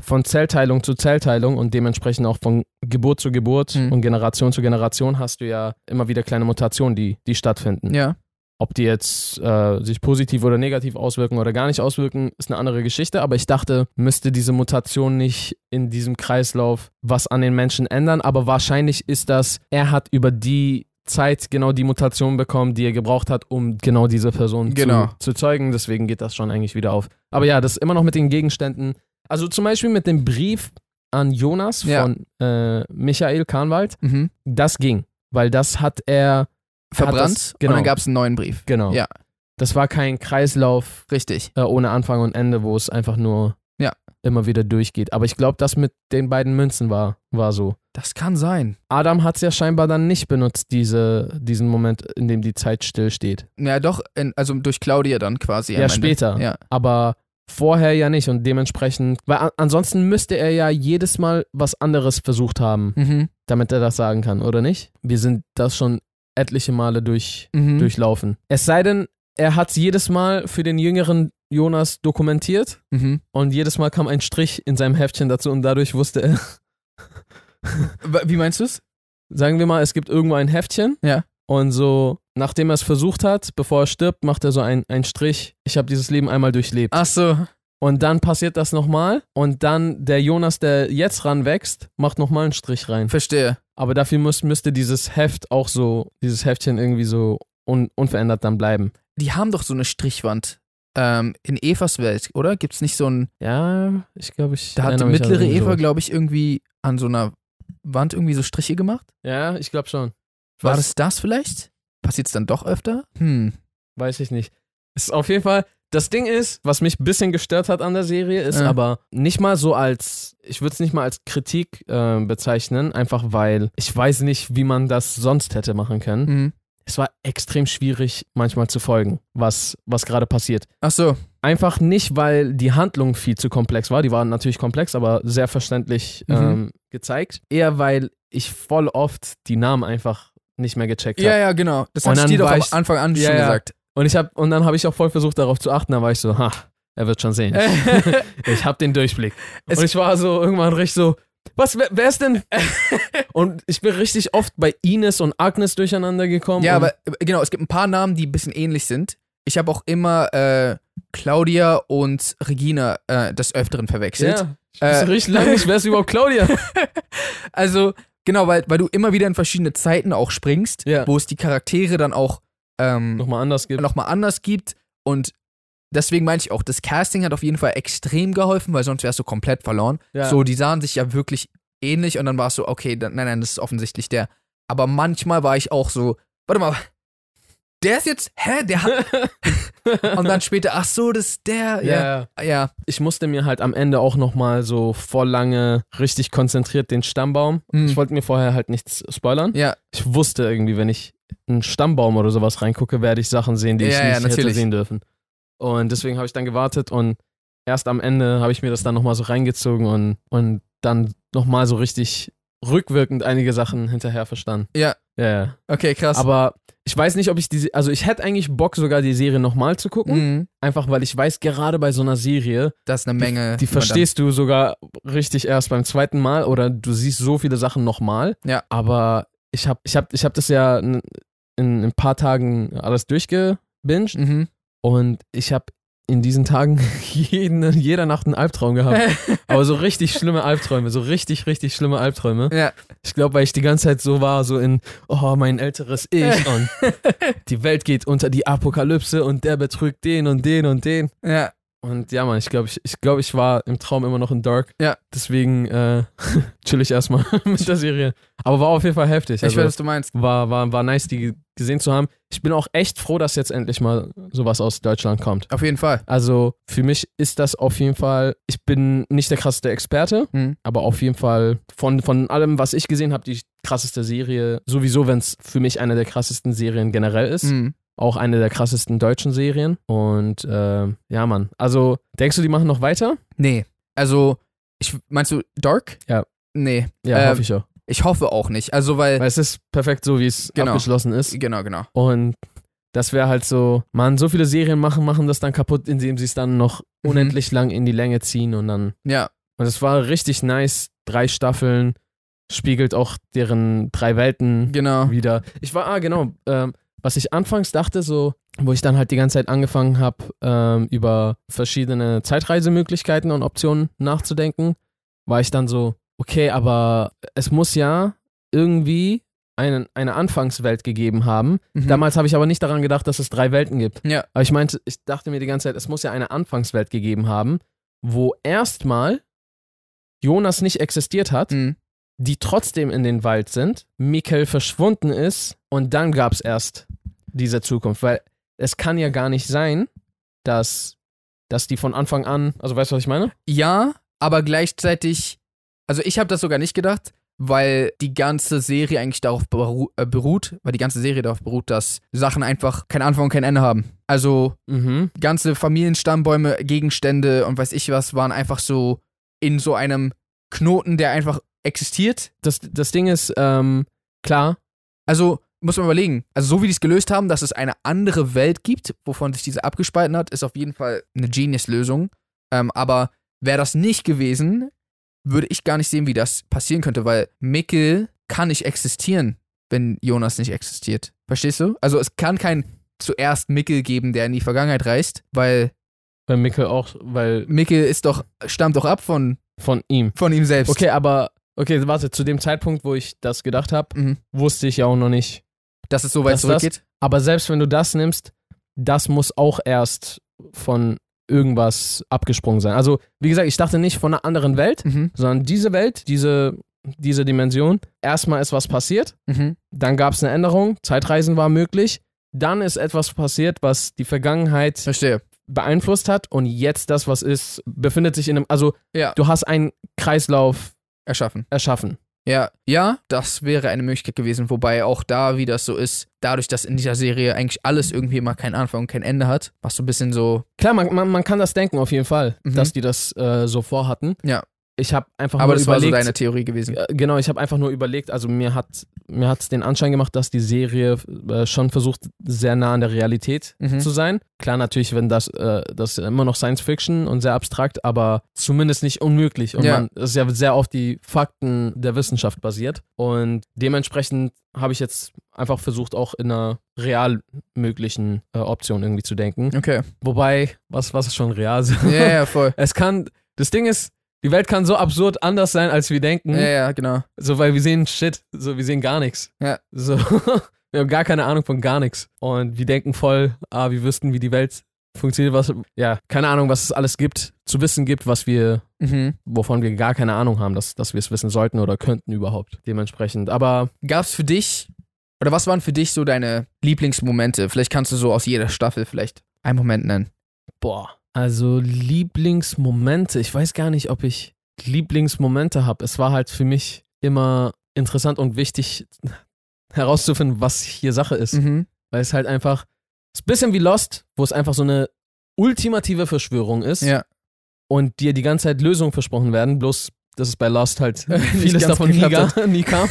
Speaker 1: von Zellteilung zu Zellteilung und dementsprechend auch von Geburt zu Geburt
Speaker 2: Mhm.
Speaker 1: und Generation zu Generation hast du ja immer wieder kleine Mutationen, die, die stattfinden.
Speaker 2: Ja.
Speaker 1: Ob die jetzt äh, sich positiv oder negativ auswirken oder gar nicht auswirken, ist eine andere Geschichte. Aber ich dachte, müsste diese Mutation nicht in diesem Kreislauf was an den Menschen ändern. Aber wahrscheinlich ist das, er hat über die Zeit genau die Mutation bekommen, die er gebraucht hat, um genau diese Person
Speaker 2: Genau.
Speaker 1: zu, zu zeugen. Deswegen geht das schon eigentlich wieder auf. Aber ja, das ist immer noch mit den Gegenständen. Also zum Beispiel mit dem Brief an Jonas
Speaker 2: Ja.
Speaker 1: von äh, Michael Kahnwald.
Speaker 2: Mhm.
Speaker 1: Das ging, weil das hat er,
Speaker 2: Verbrannt
Speaker 1: das- genau.
Speaker 2: und dann gab es einen neuen Brief.
Speaker 1: genau.
Speaker 2: Ja.
Speaker 1: Das war kein Kreislauf
Speaker 2: Richtig.
Speaker 1: äh, ohne Anfang und Ende, wo es einfach nur
Speaker 2: Ja.
Speaker 1: immer wieder durchgeht. Aber ich glaube, das mit den beiden Münzen war, war so.
Speaker 2: Das kann sein.
Speaker 1: Adam hat es ja scheinbar dann nicht benutzt, diese, diesen Moment, in dem die Zeit stillsteht.
Speaker 2: Ja, doch, in, also durch Claudia dann quasi.
Speaker 1: Ja,
Speaker 2: am Ende.
Speaker 1: später.
Speaker 2: Ja.
Speaker 1: Aber vorher ja nicht und dementsprechend, weil an, ansonsten müsste er ja jedes Mal was anderes versucht haben,
Speaker 2: Mhm.
Speaker 1: damit er das sagen kann, oder nicht? Wir sind das schon etliche Male durch,
Speaker 2: Mhm.
Speaker 1: durchlaufen. Es sei denn, er hat es jedes Mal für den jüngeren Jonas dokumentiert
Speaker 2: Mhm.
Speaker 1: Und jedes Mal kam ein Strich in seinem Heftchen dazu und dadurch wusste er, [LAUGHS]
Speaker 2: W- Wie meinst du es?
Speaker 1: sagen wir mal, es gibt irgendwo ein Heftchen.
Speaker 2: Ja.
Speaker 1: Und so, nachdem er es versucht hat, bevor er stirbt, macht er so einen einen Strich. Ich habe dieses Leben einmal durchlebt.
Speaker 2: Ach so.
Speaker 1: Und dann passiert das nochmal. Und dann der Jonas, der jetzt ranwächst, macht nochmal einen Strich rein.
Speaker 2: Verstehe.
Speaker 1: Aber dafür muss, müsste dieses Heft auch so, dieses Heftchen irgendwie so un, unverändert dann bleiben.
Speaker 2: Die haben doch so eine Strichwand. Ähm, in Evas Welt, oder? Gibt es nicht so ein.
Speaker 1: Ja, ich glaube, ich.
Speaker 2: Da hat die
Speaker 1: erinnere mich an
Speaker 2: mittlere
Speaker 1: irgend
Speaker 2: Eva,
Speaker 1: sowas.
Speaker 2: glaube ich, irgendwie an so einer Wand irgendwie so Striche gemacht.
Speaker 1: Ja, ich glaube schon.
Speaker 2: War
Speaker 1: Was-
Speaker 2: das das vielleicht? Passiert es dann doch öfter? Hm.
Speaker 1: Weiß ich nicht. Ist auf jeden Fall. Das Ding ist, was mich ein bisschen gestört hat an der Serie, ist
Speaker 2: Ja.
Speaker 1: aber nicht mal so als, ich würde es nicht mal als Kritik äh, bezeichnen, einfach weil ich weiß nicht, wie man das sonst hätte machen können.
Speaker 2: Mhm.
Speaker 1: Es war extrem schwierig, manchmal zu folgen, was, was gerade passiert.
Speaker 2: Ach so.
Speaker 1: Einfach nicht, weil die Handlung viel zu komplex war. Die war natürlich komplex, aber sehr verständlich
Speaker 2: Mhm.
Speaker 1: ähm, gezeigt. Eher, weil ich voll oft die Namen einfach nicht mehr gecheckt habe.
Speaker 2: Ja, ja, genau. Das
Speaker 1: Und
Speaker 2: hat
Speaker 1: dann
Speaker 2: dir doch
Speaker 1: war
Speaker 2: am
Speaker 1: ich-
Speaker 2: Anfang an
Speaker 1: Ja,
Speaker 2: schon
Speaker 1: ja.
Speaker 2: gesagt.
Speaker 1: Und ich hab, und dann habe ich auch voll versucht, darauf zu achten. Da war ich so, ha, er wird schon
Speaker 2: [LAUGHS]
Speaker 1: sehen. ich habe den Durchblick.
Speaker 2: Es-
Speaker 1: und ich war so irgendwann richtig so, was, wer, wer ist
Speaker 2: [LAUGHS]
Speaker 1: denn? und ich bin richtig oft bei Ines und Agnes durcheinander gekommen.
Speaker 2: Ja,
Speaker 1: und,
Speaker 2: aber äh, genau, es gibt ein paar Namen, die ein bisschen ähnlich sind. Ich habe auch immer äh, Claudia und Regina äh, des Öfteren verwechselt.
Speaker 1: ja, ich wusste
Speaker 2: Äh,
Speaker 1: richtig lange nicht, wer ist
Speaker 2: [LAUGHS]
Speaker 1: überhaupt Claudia?
Speaker 2: Also, genau, weil, weil du immer wieder in verschiedene Zeiten auch springst,
Speaker 1: Ja.
Speaker 2: wo es die Charaktere dann auch ähm,
Speaker 1: Nochmal anders gibt.
Speaker 2: nochmal anders gibt. Und deswegen meine ich auch, das Casting hat auf jeden Fall extrem geholfen, weil sonst wärst du komplett verloren.
Speaker 1: Ja.
Speaker 2: So, die sahen sich ja wirklich ähnlich und dann warst du, okay, dann, nein, nein, das ist offensichtlich der. Aber manchmal war ich auch so, warte mal, der ist jetzt, hä, der hat.
Speaker 1: [LAUGHS]
Speaker 2: und dann später, ach so, das ist der.
Speaker 1: ja.
Speaker 2: Ja,
Speaker 1: ja.
Speaker 2: ja.
Speaker 1: Ich musste mir halt am Ende auch nochmal so voll lange richtig konzentriert den Stammbaum.
Speaker 2: Mhm.
Speaker 1: Ich wollte mir vorher halt nichts spoilern.
Speaker 2: Ja,
Speaker 1: ich wusste irgendwie, wenn ich einen Stammbaum oder sowas reingucke, werde ich Sachen sehen, die ich
Speaker 2: Ja, ja,
Speaker 1: nicht hätte
Speaker 2: natürlich.
Speaker 1: sehen dürfen. Und deswegen habe ich dann gewartet und erst am Ende habe ich mir das dann nochmal so reingezogen und, und dann nochmal so richtig rückwirkend einige Sachen hinterher verstanden.
Speaker 2: Ja.
Speaker 1: Ja, ja.
Speaker 2: okay, krass.
Speaker 1: Aber ich weiß nicht, ob ich diese, also ich hätte eigentlich Bock sogar die Serie nochmal zu gucken,
Speaker 2: Mhm.
Speaker 1: einfach weil ich weiß, gerade bei so einer Serie,
Speaker 2: das ist eine [LAUGHS] Menge.
Speaker 1: die
Speaker 2: man dann-
Speaker 1: verstehst du sogar richtig erst beim zweiten Mal oder du siehst so viele Sachen nochmal.
Speaker 2: Ja.
Speaker 1: Aber ich habe ich hab, ich hab das ja in, in ein paar Tagen alles durchgebinged
Speaker 2: Mhm.
Speaker 1: und ich habe in diesen Tagen [LAUGHS] jeden, jeder Nacht einen
Speaker 2: [LAUGHS]
Speaker 1: Albtraum gehabt. aber so richtig schlimme Albträume, so richtig, richtig schlimme Albträume.
Speaker 2: Ja.
Speaker 1: Ich glaube, weil ich die ganze Zeit so war, so in, oh, mein älteres
Speaker 2: [LAUGHS]
Speaker 1: Ich und die Welt geht unter die Apokalypse und der betrügt den und den und den.
Speaker 2: Ja,
Speaker 1: Und ja, Mann, ich glaube, ich, ich, glaub, ich war im Traum immer noch in Dark.
Speaker 2: Ja.
Speaker 1: Deswegen äh, [LAUGHS] chill ich erstmal [LAUGHS] mit der Serie. Aber war auf jeden Fall heftig.
Speaker 2: Ich
Speaker 1: Also,
Speaker 2: weiß, was du meinst.
Speaker 1: war, war, war nice, die gesehen zu haben. Ich bin auch echt froh, dass jetzt endlich mal sowas aus Deutschland kommt.
Speaker 2: Auf jeden Fall.
Speaker 1: Also für mich ist das auf jeden Fall, ich bin nicht der krasseste Experte,
Speaker 2: Mhm.
Speaker 1: aber auf jeden Fall von, von allem, was ich gesehen habe, die krasseste Serie, sowieso, wenn es für mich eine der krassesten Serien generell ist,
Speaker 2: Mhm.
Speaker 1: auch eine der krassesten deutschen Serien. Und ähm, ja, Mann. Also denkst du, die machen noch weiter?
Speaker 2: Nee. Also, ich meinst du Dark?
Speaker 1: Ja.
Speaker 2: Nee.
Speaker 1: Ja,
Speaker 2: Ähm,
Speaker 1: hoffe ich auch.
Speaker 2: Ich hoffe auch nicht. Also, weil.
Speaker 1: Weil es ist perfekt so, wie es
Speaker 2: Genau.
Speaker 1: abgeschlossen ist.
Speaker 2: Genau, genau.
Speaker 1: Und das wäre halt so, Mann, so viele Serien machen, machen das dann kaputt, indem sie es dann noch
Speaker 2: Mhm.
Speaker 1: unendlich lang in die Länge ziehen und dann.
Speaker 2: Ja.
Speaker 1: Und es war richtig nice. Drei Staffeln, spiegelt auch deren drei Welten
Speaker 2: Genau.
Speaker 1: wieder. Ich war, ah, genau, ähm, was ich anfangs dachte, so, wo ich dann halt die ganze Zeit angefangen habe, ähm, über verschiedene Zeitreisemöglichkeiten und Optionen nachzudenken, war ich dann so, okay, aber es muss ja irgendwie einen, eine Anfangswelt gegeben haben,
Speaker 2: Mhm.
Speaker 1: Damals habe ich aber nicht daran gedacht, dass es drei Welten gibt.
Speaker 2: Ja.
Speaker 1: Aber ich meinte, ich dachte mir die ganze Zeit, es muss ja eine Anfangswelt gegeben haben, wo erstmal Jonas nicht existiert hat,
Speaker 2: Mhm.
Speaker 1: die trotzdem in den Wald sind, Mikkel verschwunden ist und dann gab es erst diese Zukunft. Weil es kann ja gar nicht sein, dass, dass die von Anfang an, also weißt du, was ich meine?
Speaker 2: Ja, aber gleichzeitig, also ich habe das sogar nicht gedacht, weil die ganze Serie eigentlich darauf beru äh, beruht, weil die ganze Serie darauf beruht, dass Sachen einfach keinen Anfang und kein Ende haben. Also
Speaker 1: Mhm.
Speaker 2: ganze Familienstammbäume, Gegenstände und weiß ich was waren einfach so in so einem Knoten, der einfach existiert.
Speaker 1: Das, das Ding ist, ähm, klar,
Speaker 2: Also muss man überlegen. Also so wie die es gelöst haben, dass es eine andere Welt gibt, wovon sich diese abgespalten hat, ist auf jeden Fall eine Genius-Lösung. Ähm, aber wäre das nicht gewesen, würde ich gar nicht sehen, wie das passieren könnte, weil Mikkel kann nicht existieren, wenn Jonas nicht existiert. Verstehst du? Also es kann kein zuerst Mikkel geben, der in die Vergangenheit reist, weil
Speaker 1: bei Mikkel auch, weil
Speaker 2: Mikkel ist doch, stammt doch ab von,
Speaker 1: von ihm.
Speaker 2: von ihm selbst.
Speaker 1: Okay, aber, okay, warte, zu dem Zeitpunkt, wo ich das gedacht habe,
Speaker 2: Mhm.
Speaker 1: wusste ich ja auch noch nicht.
Speaker 2: Dass es so weit
Speaker 1: Dass das-
Speaker 2: zurückgeht.
Speaker 1: Aber selbst wenn du das nimmst, das muss auch erst von irgendwas abgesprungen sein. Also, wie gesagt, ich dachte nicht von einer anderen Welt,
Speaker 2: Mhm.
Speaker 1: sondern diese Welt, diese, diese Dimension, erstmal ist was passiert,
Speaker 2: Mhm.
Speaker 1: dann gab es eine Änderung, Zeitreisen war möglich, dann ist etwas passiert, was die Vergangenheit
Speaker 2: Verstehe.
Speaker 1: beeinflusst hat und jetzt das, was ist, befindet sich in einem, also
Speaker 2: Ja.
Speaker 1: du hast einen Kreislauf
Speaker 2: Erschaffen.
Speaker 1: erschaffen.
Speaker 2: Ja, ja, das wäre eine Möglichkeit gewesen, wobei auch da, wie das so ist, dadurch, dass in dieser Serie eigentlich alles irgendwie immer keinen Anfang und kein Ende hat, machst du ein bisschen so,
Speaker 1: Klar, man, man, man kann das denken auf jeden Fall,
Speaker 2: Mhm.
Speaker 1: dass die das äh, so vorhatten.
Speaker 2: Ja.
Speaker 1: Ich habe einfach
Speaker 2: aber
Speaker 1: nur
Speaker 2: das war
Speaker 1: überlegt,
Speaker 2: so deine Theorie gewesen.
Speaker 1: Äh, Genau, ich habe einfach nur überlegt, also mir hat mir hat's den Anschein gemacht, dass die Serie äh, schon versucht, sehr nah an der Realität
Speaker 2: Mhm.
Speaker 1: zu sein. Klar, natürlich, wenn das, äh, das ist immer noch Science Fiction und sehr abstrakt, aber zumindest nicht unmöglich. Und
Speaker 2: Ja.
Speaker 1: man es ist ja sehr auf die Fakten der Wissenschaft basiert. Und dementsprechend habe ich jetzt einfach versucht, auch in einer real möglichen äh, Option irgendwie zu denken.
Speaker 2: Okay.
Speaker 1: Wobei, was, was ist schon real? [LAUGHS]
Speaker 2: Ja, ja, voll.
Speaker 1: Es kann, das Ding ist, die Welt kann so absurd anders sein, als wir denken.
Speaker 2: Ja, ja, genau.
Speaker 1: So, weil wir sehen Shit, so wir sehen gar nichts.
Speaker 2: Ja.
Speaker 1: So, [LAUGHS] wir haben gar keine Ahnung von gar nichts. Und wir denken voll, ah, wir wüssten, wie die Welt funktioniert, was, ja, keine Ahnung, was es alles gibt, zu wissen gibt, was wir,
Speaker 2: Mhm.
Speaker 1: wovon wir gar keine Ahnung haben, dass, dass wir es wissen sollten oder könnten überhaupt, dementsprechend. Aber
Speaker 2: Gab's für dich, oder was waren für dich so deine Lieblingsmomente? Vielleicht kannst du so aus jeder Staffel vielleicht einen Moment nennen.
Speaker 1: Boah, also Lieblingsmomente. Ich weiß gar nicht, ob ich Lieblingsmomente habe. Es war halt für mich immer interessant und wichtig herauszufinden, was hier Sache ist.
Speaker 2: Mhm.
Speaker 1: Weil es halt einfach, es ist ein bisschen wie Lost, wo es einfach so eine ultimative Verschwörung ist
Speaker 2: Ja.
Speaker 1: und dir die ganze Zeit Lösungen versprochen werden, bloß dass es bei
Speaker 2: [LAUGHS]
Speaker 1: Lost halt vieles
Speaker 2: ganz
Speaker 1: davon nie,
Speaker 2: geklappt
Speaker 1: ga- [LAUGHS] nie kam.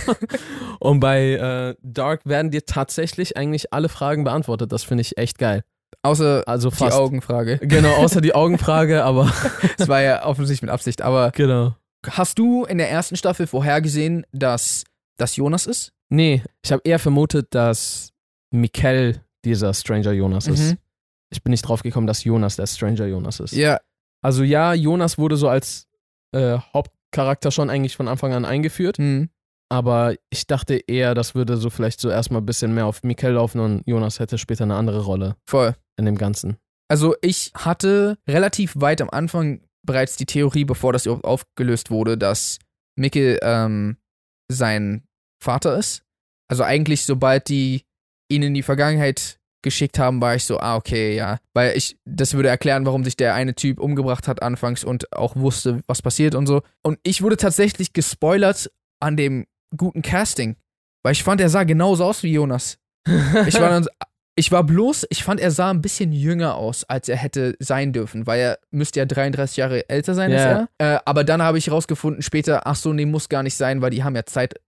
Speaker 1: und bei äh, Dark werden dir tatsächlich eigentlich alle Fragen beantwortet. Das finde ich echt geil.
Speaker 2: Außer
Speaker 1: Also
Speaker 2: die
Speaker 1: fast.
Speaker 2: Augenfrage.
Speaker 1: [LAUGHS] Genau, außer die Augenfrage, aber [LAUGHS]
Speaker 2: Das war ja offensichtlich mit Absicht, aber
Speaker 1: genau.
Speaker 2: hast du in der ersten Staffel vorhergesehen, dass das Jonas ist?
Speaker 1: Nee, ich habe eher vermutet, dass Mikkel dieser Stranger Jonas ist.
Speaker 2: Mhm.
Speaker 1: Ich bin nicht drauf gekommen, dass Jonas der Stranger Jonas ist.
Speaker 2: Ja.
Speaker 1: Also ja, Jonas wurde so als äh, Hauptcharakter schon eigentlich von Anfang an eingeführt,
Speaker 2: Mhm.
Speaker 1: aber ich dachte eher, das würde so vielleicht so erstmal ein bisschen mehr auf Mikkel laufen und Jonas hätte später eine andere Rolle
Speaker 2: Voll.
Speaker 1: [LAUGHS] in dem Ganzen.
Speaker 2: also ich hatte relativ weit am Anfang bereits die Theorie, bevor das überhaupt aufgelöst wurde, dass Mickey ähm, sein Vater ist. Also eigentlich, sobald die ihn in die Vergangenheit geschickt haben, war ich so, ah, okay, ja. Weil ich, das würde erklären, warum sich der eine Typ umgebracht hat anfangs und auch wusste, was passiert und so. Und ich wurde tatsächlich gespoilert an dem guten Casting. Weil ich fand, er sah genauso aus wie Jonas. Ich war, dann, ich war bloß, ich fand, er sah ein bisschen jünger aus, als er hätte sein dürfen, weil er müsste ja 33 Jahre älter sein als
Speaker 1: Ja.
Speaker 2: er. Äh, aber dann habe ich herausgefunden später, ach so, nee, muss gar nicht sein, weil die haben ja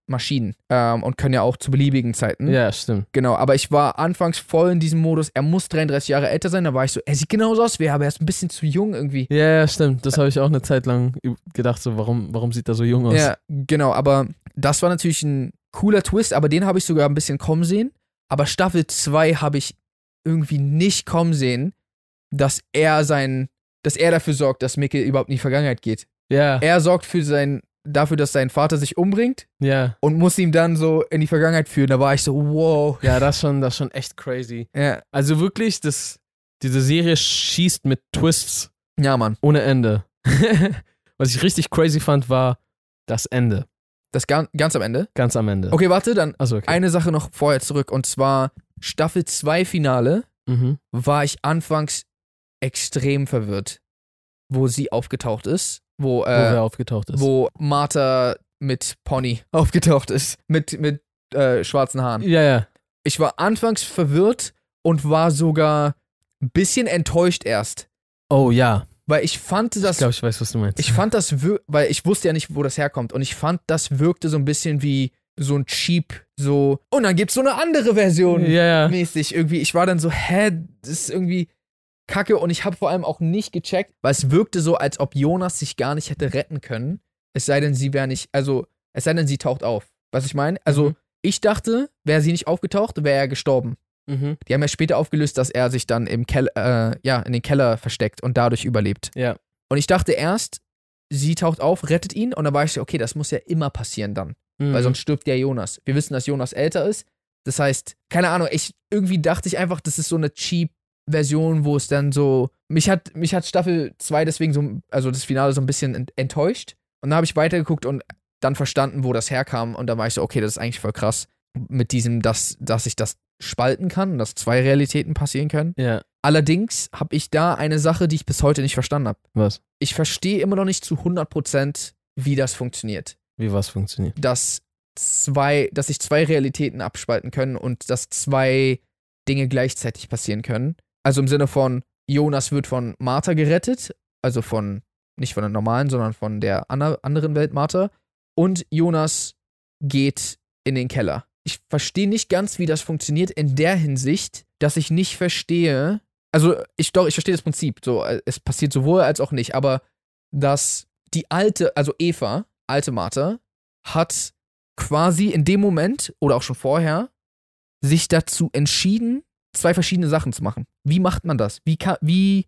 Speaker 2: Zeitmaschinen ähm, und können ja auch zu beliebigen Zeiten.
Speaker 1: ja, stimmt.
Speaker 2: Genau, aber ich war anfangs voll in diesem Modus, er muss 33 Jahre älter sein, da war ich so, er sieht genauso aus wie er, aber er ist ein bisschen zu jung irgendwie.
Speaker 1: Ja, ja, stimmt. Das habe ich auch eine Zeit lang üb- gedacht, so, warum, warum sieht er so jung aus?
Speaker 2: Ja, genau, aber das war natürlich ein cooler Twist, aber den habe ich sogar ein bisschen kommen sehen. Aber Staffel 2 habe ich irgendwie nicht kommen sehen, dass er sein, dass er dafür sorgt, dass Mickey überhaupt in die Vergangenheit geht.
Speaker 1: Ja,
Speaker 2: Er sorgt für sein, dafür, dass sein Vater sich umbringt
Speaker 1: ja.
Speaker 2: und muss ihn dann so in die Vergangenheit führen. Da war ich so, wow.
Speaker 1: Ja, das ist schon, das ist schon echt crazy.
Speaker 2: Ja,
Speaker 1: Also wirklich, das, diese Serie schießt mit Twists
Speaker 2: ja Mann.
Speaker 1: ohne Ende. [LAUGHS] Was ich richtig crazy fand, war das Ende.
Speaker 2: Das gan- ganz am Ende.
Speaker 1: Ganz am Ende.
Speaker 2: Okay, warte, dann
Speaker 1: Also okay.
Speaker 2: eine Sache noch vorher zurück und zwar Staffel 2 Finale
Speaker 1: mhm.
Speaker 2: war ich anfangs extrem verwirrt, wo sie aufgetaucht ist, wo,
Speaker 1: Wo
Speaker 2: äh,
Speaker 1: wer aufgetaucht ist.
Speaker 2: wo Martha mit Pony [LAUGHS] aufgetaucht ist, mit, mit äh, schwarzen Haaren.
Speaker 1: ja, ja.
Speaker 2: Ich war anfangs verwirrt und war sogar ein bisschen enttäuscht erst,
Speaker 1: Oh ja.
Speaker 2: weil ich fand
Speaker 1: ich
Speaker 2: das,
Speaker 1: glaube, ich weiß, was du meinst.
Speaker 2: ich fand das, wir- weil ich wusste ja nicht, wo das herkommt und ich fand das wirkte so ein bisschen wie so ein Cheap, so, und dann gibt's so eine andere Version.
Speaker 1: ja, ja.
Speaker 2: mäßig irgendwie. Ich war dann so, hä, das ist irgendwie kacke und ich habe vor allem auch nicht gecheckt, weil es wirkte so, als ob Jonas sich gar nicht hätte retten können. Es sei denn, sie wäre nicht, also, es sei denn, sie taucht auf. Was ich meine? Also,
Speaker 1: Mhm.
Speaker 2: ich dachte, wäre sie nicht aufgetaucht, wäre er gestorben.
Speaker 1: Mhm.
Speaker 2: Die haben ja später aufgelöst, dass er sich dann im Keller, äh, ja, in den Keller versteckt und dadurch überlebt.
Speaker 1: Ja.
Speaker 2: Und ich dachte erst, sie taucht auf, rettet ihn und dann war ich so, okay, das muss ja immer passieren dann
Speaker 1: Mhm.
Speaker 2: weil sonst stirbt ja Jonas. Wir wissen, dass Jonas älter ist. Das heißt, keine Ahnung, ich irgendwie dachte ich einfach, das ist so eine cheap Version, wo es dann so mich hat mich hat Staffel 2 deswegen so also das Finale so ein bisschen ent- enttäuscht und dann habe ich weitergeguckt und dann verstanden, wo das herkam und dann war ich so, okay, das ist eigentlich voll krass mit diesem dass dass ich das spalten kann, dass zwei Realitäten passieren können.
Speaker 1: ja.
Speaker 2: Allerdings habe ich da eine Sache, die ich bis heute nicht verstanden habe.
Speaker 1: Was?
Speaker 2: Ich verstehe immer noch nicht zu 100%, wie das funktioniert
Speaker 1: Wie was funktioniert?
Speaker 2: dass zwei, dass sich zwei Realitäten abspalten können und dass zwei Dinge gleichzeitig passieren können. Also im Sinne von, Jonas wird von Martha gerettet, also von, nicht von der normalen, sondern von der aner- anderen Welt Martha. Und Jonas geht in den Keller. Ich verstehe nicht ganz, wie das funktioniert, in der Hinsicht, dass ich nicht verstehe. Also, ich doch, ich verstehe das Prinzip. So, äh, es passiert sowohl als auch nicht, aber dass die alte, also Eva, alte Martha, hat quasi in dem Moment oder auch schon vorher sich dazu entschieden, zwei verschiedene Sachen zu machen. Wie macht man das? Wie, ka- wie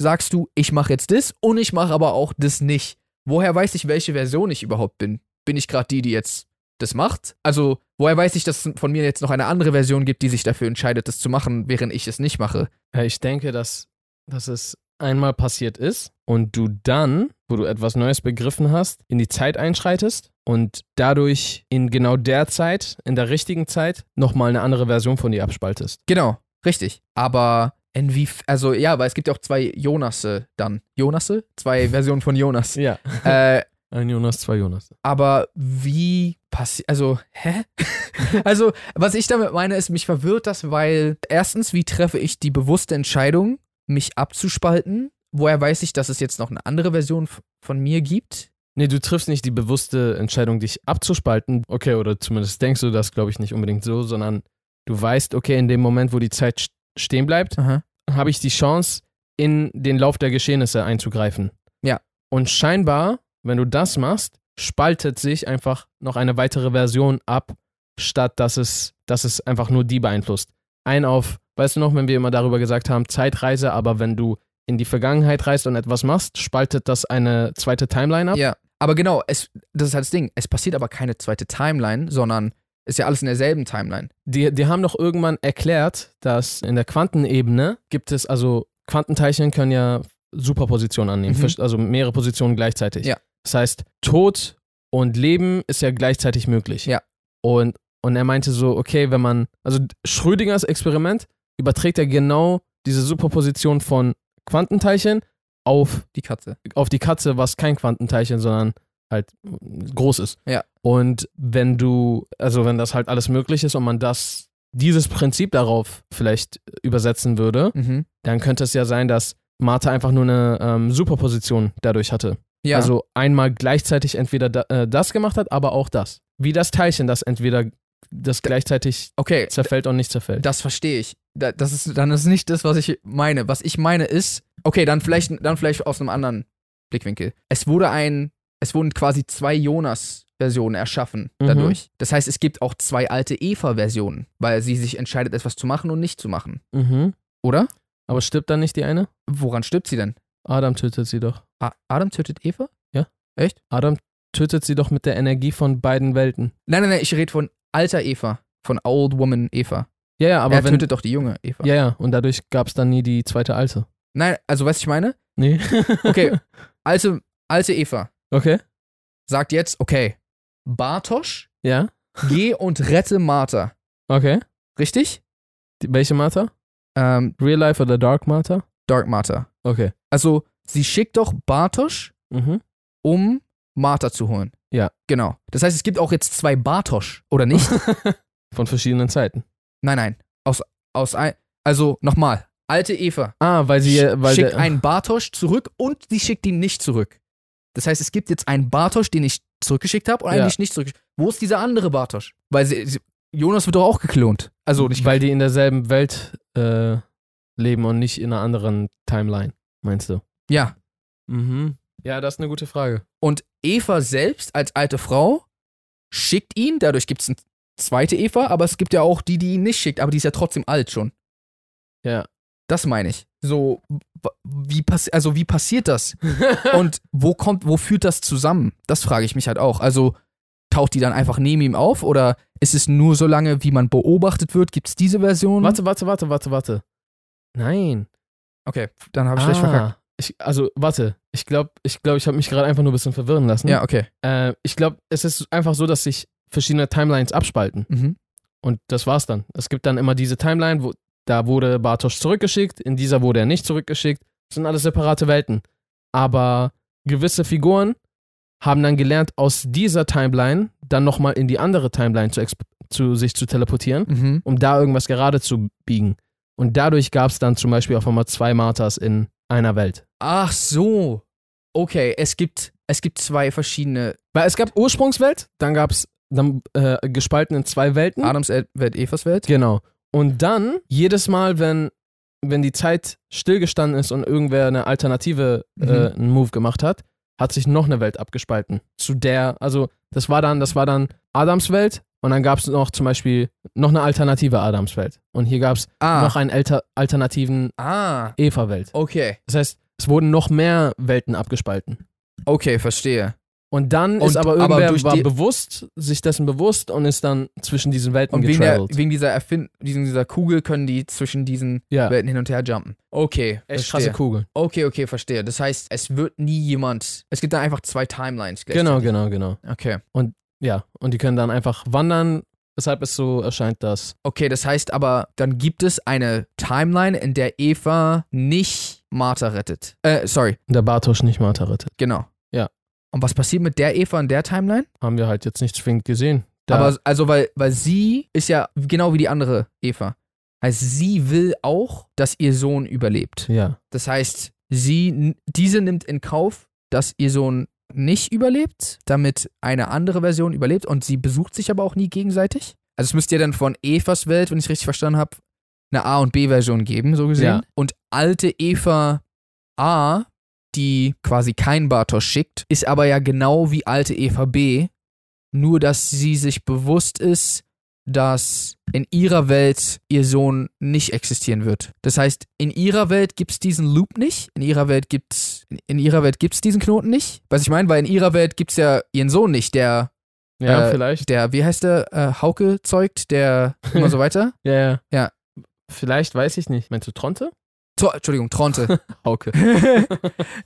Speaker 2: sagst du, ich mache jetzt das und ich mache aber auch das nicht? Woher weiß ich, welche Version ich überhaupt bin? Bin ich gerade die, die jetzt das macht? Also, woher weiß ich, dass es von mir jetzt noch eine andere Version gibt, die sich dafür entscheidet, das zu machen, während ich es nicht mache?
Speaker 1: Ja, ich denke, dass, dass es einmal passiert ist und du dann, wo du etwas Neues begriffen hast, in die Zeit einschreitest und dadurch in genau der Zeit, in der richtigen Zeit, nochmal eine andere Version von dir abspaltest.
Speaker 2: Genau, richtig. Aber inwie, also ja, weil es gibt ja auch zwei Jonasse dann. Jonasse? Zwei Versionen von Jonas.
Speaker 1: [LAUGHS] Ja.
Speaker 2: äh,
Speaker 1: Ein Jonas, zwei Jonas.
Speaker 2: aber wie passiert, also, hä? [LAUGHS] also, was ich damit meine, ist, mich verwirrt das, weil erstens, wie treffe ich die bewusste Entscheidung, mich abzuspalten? Woher weiß ich, dass es jetzt noch eine andere Version f- von mir gibt?
Speaker 1: Nee, du triffst nicht die bewusste Entscheidung, dich abzuspalten. Okay, oder zumindest denkst du das, glaube ich, nicht unbedingt so, sondern du weißt, okay, in dem Moment, wo die Zeit st- stehen bleibt, habe ich die Chance, in den Lauf der Geschehnisse einzugreifen.
Speaker 2: Ja.
Speaker 1: Und scheinbar, wenn du das machst, spaltet sich einfach noch eine weitere Version ab, statt dass es, dass es einfach nur die beeinflusst. Ein auf, weißt du noch, wenn wir immer darüber gesagt haben, Zeitreise, aber wenn du in die Vergangenheit reist und etwas machst, spaltet das eine zweite Timeline ab.
Speaker 2: Ja. Aber genau, es, das ist halt das Ding. Es passiert aber keine zweite Timeline, sondern ist ja alles in derselben Timeline.
Speaker 1: Die, die haben doch irgendwann erklärt, dass in der Quantenebene gibt es also Quantenteilchen können ja Superpositionen annehmen,
Speaker 2: Mhm.
Speaker 1: vers- also mehrere Positionen gleichzeitig.
Speaker 2: Ja.
Speaker 1: Das heißt, Tod und Leben ist ja gleichzeitig möglich.
Speaker 2: Ja.
Speaker 1: Und, und er meinte so, okay, wenn man, also Schrödingers Experiment überträgt er genau diese Superposition von Quantenteilchen auf,
Speaker 2: Die Katze.
Speaker 1: auf die Katze, was kein Quantenteilchen, sondern halt groß ist.
Speaker 2: Ja.
Speaker 1: Und wenn du, also wenn das halt alles möglich ist und man das, dieses Prinzip darauf vielleicht übersetzen würde,
Speaker 2: Mhm.
Speaker 1: dann könnte es ja sein, dass Martha einfach nur eine ähm, Superposition dadurch hatte.
Speaker 2: Ja.
Speaker 1: Also einmal gleichzeitig entweder da, äh, das gemacht hat, aber auch das. Wie das Teilchen, das entweder das gleichzeitig
Speaker 2: okay,
Speaker 1: zerfällt und nicht zerfällt.
Speaker 2: das verstehe ich. Da, das ist, dann ist nicht das, was ich meine. Was ich meine ist, okay, dann vielleicht, dann vielleicht aus einem anderen Blickwinkel. Es wurde ein, es wurden quasi zwei Jonas-Versionen erschaffen
Speaker 1: Mhm.
Speaker 2: dadurch. Das heißt, es gibt auch zwei alte Eva-Versionen, weil sie sich entscheidet, etwas zu machen und nicht zu machen.
Speaker 1: Mhm.
Speaker 2: Oder?
Speaker 1: Aber stirbt dann nicht die eine?
Speaker 2: Woran stirbt sie denn?
Speaker 1: Adam tötet sie doch.
Speaker 2: A Adam tötet Eva?
Speaker 1: Adam tötet sie doch mit der Energie von beiden Welten.
Speaker 2: Nein, nein, nein, ich rede von alter Eva. Von Old Woman Eva.
Speaker 1: Ja, ja, aber
Speaker 2: er
Speaker 1: wenn.
Speaker 2: tötet doch die junge Eva.
Speaker 1: Ja, ja, und dadurch gab es dann nie die zweite alte.
Speaker 2: Nein, also weißt du, was ich meine?
Speaker 1: Nee.
Speaker 2: Okay. Alte, alte Eva
Speaker 1: [LAUGHS] Okay.
Speaker 2: sagt jetzt, okay, Bartosch,
Speaker 1: Ja. [LAUGHS]
Speaker 2: geh und rette Martha.
Speaker 1: Okay.
Speaker 2: Richtig?
Speaker 1: Die, welche Martha?
Speaker 2: Ähm,
Speaker 1: Real Life oder Dark Martha?
Speaker 2: Dark Martha.
Speaker 1: Okay.
Speaker 2: Also, sie schickt doch Bartosch,
Speaker 1: Mhm.
Speaker 2: um Martha zu holen.
Speaker 1: Ja.
Speaker 2: Genau. Das heißt, es gibt auch jetzt zwei Bartosch, oder
Speaker 1: [LAUGHS]
Speaker 2: nicht?
Speaker 1: Von verschiedenen Zeiten.
Speaker 2: nein, nein. Aus, aus ein, also, nochmal. Alte Eva
Speaker 1: Ah, weil sie,
Speaker 2: Sch-
Speaker 1: weil
Speaker 2: schickt
Speaker 1: der,
Speaker 2: einen Bartosch zurück und sie schickt ihn nicht zurück. Das heißt, es gibt jetzt einen Bartosch, den ich zurückgeschickt habe und einen,
Speaker 1: Ja.
Speaker 2: den ich nicht zurückgeschickt habe. Wo ist dieser andere Bartosch? Weil sie, sie, Jonas wird doch auch geklont. Also nicht
Speaker 1: weil die in derselben Welt äh, leben und nicht in einer anderen Timeline, meinst du?
Speaker 2: Ja.
Speaker 1: Mhm. Ja, das ist eine gute Frage.
Speaker 2: Und Eva selbst als alte Frau schickt ihn, dadurch gibt es eine zweite Eva, aber es gibt ja auch die, die ihn nicht schickt, aber die ist ja trotzdem alt schon.
Speaker 1: Ja.
Speaker 2: Das meine ich. So, w- wie, passi also wie passiert
Speaker 1: [LAUGHS]
Speaker 2: das? Und wo kommt, wo führt das zusammen? Das frage ich mich halt auch. Also taucht die dann einfach neben ihm auf oder ist es nur so lange, wie man beobachtet wird? Gibt es diese Version?
Speaker 1: Warte, warte, warte, warte, warte. Nein.
Speaker 2: Okay, dann habe ich schlecht verkackt.
Speaker 1: ah, ich, also, warte. Ich glaube, ich, glaub, ich habe mich gerade einfach nur ein bisschen verwirren lassen.
Speaker 2: Ja, okay.
Speaker 1: Äh, ich glaube, es ist einfach so, dass sich verschiedene Timelines abspalten.
Speaker 2: Mhm.
Speaker 1: Und das war's dann. Es gibt dann immer diese Timeline, wo da wurde Bartosch zurückgeschickt, in dieser wurde er nicht zurückgeschickt. Das sind alles separate Welten. Aber gewisse Figuren haben dann gelernt, aus dieser Timeline dann nochmal in die andere Timeline zu, exp- zu sich zu teleportieren,
Speaker 2: Mhm.
Speaker 1: um da irgendwas gerade zu biegen. Und dadurch gab es dann zum Beispiel auf einmal zwei Marthas in einer Welt.
Speaker 2: Ach so. Okay, es gibt, es gibt zwei verschiedene.
Speaker 1: Weil es gab Ursprungswelt, dann gab es dann äh, gespalten in zwei Welten.
Speaker 2: Adams El- Welt, Evas Welt.
Speaker 1: Genau. Und dann, jedes Mal, wenn, wenn die Zeit stillgestanden ist und irgendwer eine alternative
Speaker 2: Mhm.
Speaker 1: äh, einen Move gemacht hat, hat sich noch eine Welt abgespalten. Zu der, also das war dann, das war dann Adams Welt und dann gab es noch zum Beispiel noch eine alternative Adams Welt. Und hier gab es
Speaker 2: Ah.
Speaker 1: noch einen alter, alternativen
Speaker 2: ah.
Speaker 1: Eva-Welt.
Speaker 2: Okay.
Speaker 1: Das heißt, es wurden noch mehr Welten abgespalten.
Speaker 2: Okay, verstehe.
Speaker 1: Und dann
Speaker 2: Und-
Speaker 1: ist aber
Speaker 2: aber
Speaker 1: irgendwer
Speaker 2: durch
Speaker 1: war
Speaker 2: die-
Speaker 1: bewusst, sich dessen bewusst und ist dann zwischen diesen Welten
Speaker 2: Und wegen, der,
Speaker 1: getravelt.
Speaker 2: wegen dieser Erfind wegen dieser Kugel können die zwischen diesen
Speaker 1: ja,
Speaker 2: Welten hin und her jumpen. Okay,
Speaker 1: echt
Speaker 2: verstehe.
Speaker 1: krasse Kugel.
Speaker 2: Okay, okay, verstehe. Das heißt, es wird nie jemand. Es gibt da einfach zwei Timelines.
Speaker 1: Genau,
Speaker 2: gleichzeitig.
Speaker 1: genau, genau.
Speaker 2: Okay.
Speaker 1: Ja, und die können dann einfach wandern, weshalb es so erscheint, dass.
Speaker 2: Okay, das heißt aber, dann gibt es eine Timeline, in der Eva nicht Martha rettet. Äh, sorry,
Speaker 1: Der Bartosch nicht Martha rettet.
Speaker 2: genau.
Speaker 1: Ja.
Speaker 2: Und was passiert mit der Eva in der Timeline?
Speaker 1: Haben wir halt jetzt nicht zwingend gesehen. Da,
Speaker 2: Aber also, weil, weil sie ist ja genau wie die andere Eva. Heißt, sie will auch, dass ihr Sohn überlebt.
Speaker 1: ja,
Speaker 2: Das heißt, sie, diese nimmt in Kauf, dass ihr Sohn nicht überlebt, damit eine andere Version überlebt und sie besucht sich aber auch nie gegenseitig. Also es müsste ja dann von Evas Welt, wenn ich richtig verstanden habe, eine A- und B-Version geben, so gesehen.
Speaker 1: Ja.
Speaker 2: Und alte Eva A, die quasi kein Bartosch schickt, ist aber ja genau wie alte Eva B, nur dass sie sich bewusst ist, dass in ihrer Welt ihr Sohn nicht existieren wird. Das heißt, in ihrer Welt gibt es diesen Loop nicht, in ihrer Welt gibt's in, in ihrer Welt gibt's diesen Knoten nicht. Was ich meine, weil in ihrer Welt gibt's ja ihren Sohn nicht, der
Speaker 1: ja
Speaker 2: äh,
Speaker 1: vielleicht.
Speaker 2: der wie heißt der äh, Hauke zeugt, der immer so weiter.
Speaker 1: Ja, ja.
Speaker 2: ja.
Speaker 1: Vielleicht weiß ich nicht. Meinst du Tronte?
Speaker 2: Tro Entschuldigung, Tronte. [LAUGHS]
Speaker 1: Hauke.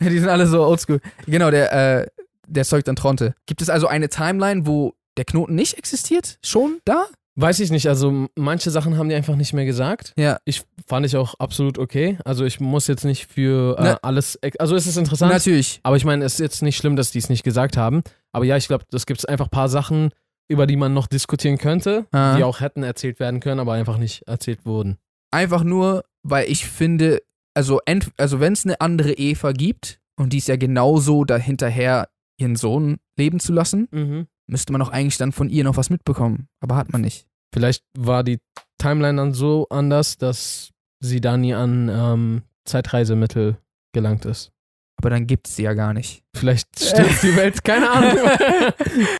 Speaker 2: die sind alle so oldschool. Genau, der, äh, der zeugt an Tronte. Gibt es also eine Timeline, wo der Knoten nicht existiert? Schon da?
Speaker 1: Weiß ich nicht, also m- manche Sachen haben die einfach nicht mehr gesagt.
Speaker 2: Ja.
Speaker 1: Ich fand ich auch absolut okay. Also ich muss jetzt nicht für äh,
Speaker 2: Na-
Speaker 1: alles, ex- also es ist interessant,
Speaker 2: Natürlich.
Speaker 1: aber ich meine, es ist jetzt nicht schlimm, dass die es nicht gesagt haben. Aber ja, ich glaube, es gibt einfach ein paar Sachen, über die man noch diskutieren könnte,
Speaker 2: Ah.
Speaker 1: die auch hätten erzählt werden können, aber einfach nicht erzählt wurden.
Speaker 2: Einfach nur, weil ich finde, also, ent- also wenn es eine andere Eva gibt und die ist ja genauso dahinterher, ihren Sohn leben zu lassen, müsste man auch eigentlich dann von ihr noch was mitbekommen. Aber hat man nicht.
Speaker 1: Vielleicht war die Timeline dann so anders, dass sie da nie an ähm, Zeitreisemittel gelangt ist.
Speaker 2: Aber dann gibt es sie ja gar nicht.
Speaker 1: Vielleicht
Speaker 2: [LAUGHS]
Speaker 1: stirbt die Welt, keine Ahnung.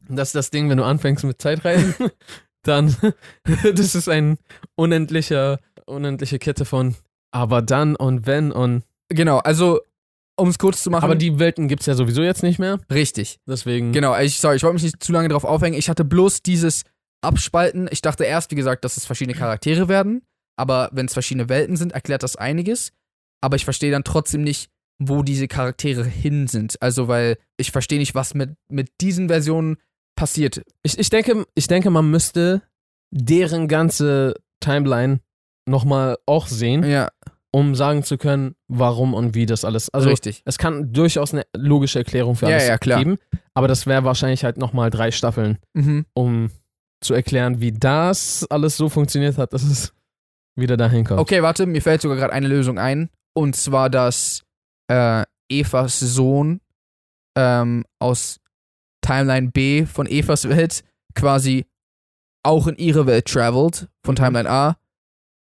Speaker 1: Das ist das Ding, wenn du anfängst mit
Speaker 2: [LAUGHS]
Speaker 1: Zeitreisen, dann [LAUGHS] das ist ein unendlicher, unendliche Kette von aber dann und wenn und.
Speaker 2: Genau, also, um es kurz zu machen.
Speaker 1: Aber die Welten gibt es ja sowieso jetzt nicht mehr,
Speaker 2: richtig.
Speaker 1: deswegen.
Speaker 2: Genau, ich, sorry, ich wollte mich nicht zu lange drauf aufhängen. Ich hatte bloß dieses Abspalten. Ich dachte erst, wie gesagt, dass es verschiedene Charaktere werden. Aber wenn es verschiedene Welten sind, erklärt das einiges. Aber ich verstehe dann trotzdem nicht, wo diese Charaktere hin sind. Also, weil ich verstehe nicht, was mit, mit diesen Versionen passiert.
Speaker 1: Ich, ich, denke, ich denke, man müsste deren ganze Timeline nochmal auch sehen.
Speaker 2: Ja,
Speaker 1: um sagen zu können, warum und wie das alles. Also
Speaker 2: richtig.
Speaker 1: es kann durchaus eine logische Erklärung für
Speaker 2: Ja,
Speaker 1: alles
Speaker 2: ja, klar.
Speaker 1: geben, aber das wäre wahrscheinlich halt nochmal drei Staffeln,
Speaker 2: Mhm.
Speaker 1: um zu erklären, wie das alles so funktioniert hat, dass es wieder dahin kommt.
Speaker 2: Okay, warte, mir fällt sogar gerade eine Lösung ein. Und zwar, dass äh, Evas Sohn ähm, aus Timeline B von Evas Welt quasi auch in ihre Welt travelt,
Speaker 1: Mhm.
Speaker 2: von Timeline A,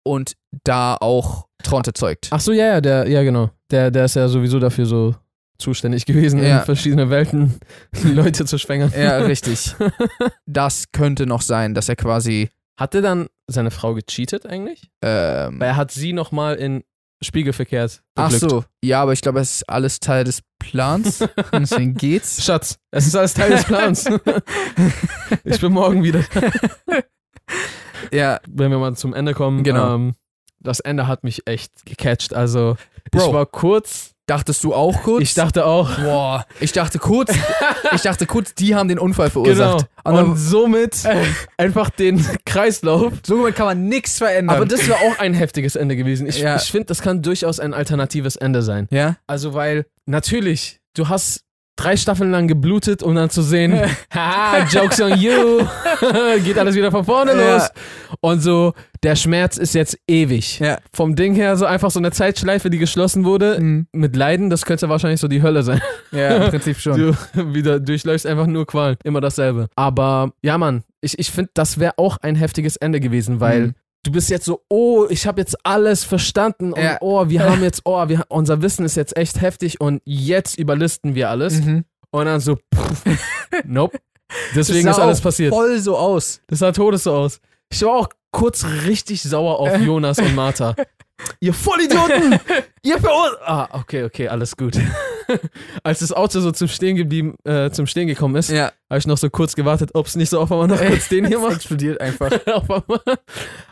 Speaker 2: und da auch Tronte zeugt.
Speaker 1: Ach so, ja, ja, der, ja, genau. Der, der ist ja sowieso dafür so zuständig gewesen,
Speaker 2: Ja.
Speaker 1: in verschiedene Welten [LAUGHS] Leute zu schwängern.
Speaker 2: Ja,
Speaker 1: [LAUGHS]
Speaker 2: richtig. Das könnte noch sein, dass er quasi.
Speaker 1: Hat er dann seine Frau gecheatet eigentlich?
Speaker 2: Ähm,
Speaker 1: Weil er hat sie nochmal in Spiegel verkehrt.
Speaker 2: ach
Speaker 1: beglückt.
Speaker 2: so, ja, aber ich glaube, es ist alles Teil des Plans.
Speaker 1: [LAUGHS]
Speaker 2: Deswegen geht's.
Speaker 1: Schatz, es ist alles Teil des [LAUGHS] Plans. ich bin morgen wieder.
Speaker 2: Ja,
Speaker 1: Wenn wir mal zum Ende kommen.
Speaker 2: Genau.
Speaker 1: Ähm, das Ende hat mich echt gecatcht. Also,
Speaker 2: Bro.
Speaker 1: ich war kurz.
Speaker 2: dachtest du auch kurz?
Speaker 1: Ich dachte auch.
Speaker 2: Boah, ich dachte [LAUGHS] kurz, ich dachte kurz, die haben den Unfall
Speaker 1: Genau.
Speaker 2: verursacht.
Speaker 1: Und
Speaker 2: Und
Speaker 1: somit einfach den Kreislauf.
Speaker 2: somit kann man nichts verändern.
Speaker 1: Aber das wäre auch ein heftiges Ende gewesen. Ich,
Speaker 2: Ja.
Speaker 1: ich finde, das kann durchaus ein alternatives Ende sein.
Speaker 2: ja?
Speaker 1: Also, weil natürlich, du hast drei Staffeln lang geblutet, um dann zu
Speaker 2: [LAUGHS]
Speaker 1: sehen, ha, jokes on you, [LAUGHS] geht alles wieder von vorne
Speaker 2: Ja.
Speaker 1: los. Und so, der Schmerz ist jetzt ewig.
Speaker 2: Ja.
Speaker 1: Vom Ding her so einfach so eine Zeitschleife, die geschlossen wurde.
Speaker 2: Mhm.
Speaker 1: Mit Leiden, das könnte wahrscheinlich so die Hölle sein.
Speaker 2: Ja, im Prinzip schon.
Speaker 1: Du [LAUGHS] wieder durchläufst einfach nur Qualen. Immer dasselbe. Aber ja, Mann, ich, ich finde, das wäre auch ein heftiges Ende gewesen, weil
Speaker 2: Mhm.
Speaker 1: du bist jetzt so, oh, ich habe jetzt alles verstanden und
Speaker 2: Ja. [LAUGHS]
Speaker 1: oh, wir haben jetzt, oh, wir, unser Wissen ist jetzt echt heftig und jetzt überlisten wir alles.
Speaker 2: Mhm.
Speaker 1: Und dann so,
Speaker 2: [LAUGHS]
Speaker 1: pff, nope. Deswegen
Speaker 2: Das
Speaker 1: ist
Speaker 2: sah
Speaker 1: alles
Speaker 2: auch
Speaker 1: passiert.
Speaker 2: Voll so aus.
Speaker 1: Das sah todes so aus. Ich war auch kurz richtig sauer
Speaker 2: Äh.
Speaker 1: auf Jonas
Speaker 2: [LAUGHS]
Speaker 1: und Martha. Ihr Vollidioten! Ihr verur... Ah, okay, okay, alles gut. [LAUGHS] Als das Auto so zum Stehen geblieben, äh, zum Stehen gekommen ist,
Speaker 2: Ja.
Speaker 1: habe ich noch so kurz gewartet, ob es nicht so auf einmal noch kurz den hier macht.
Speaker 2: explodiert einfach.
Speaker 1: [LAUGHS] Auf einmal.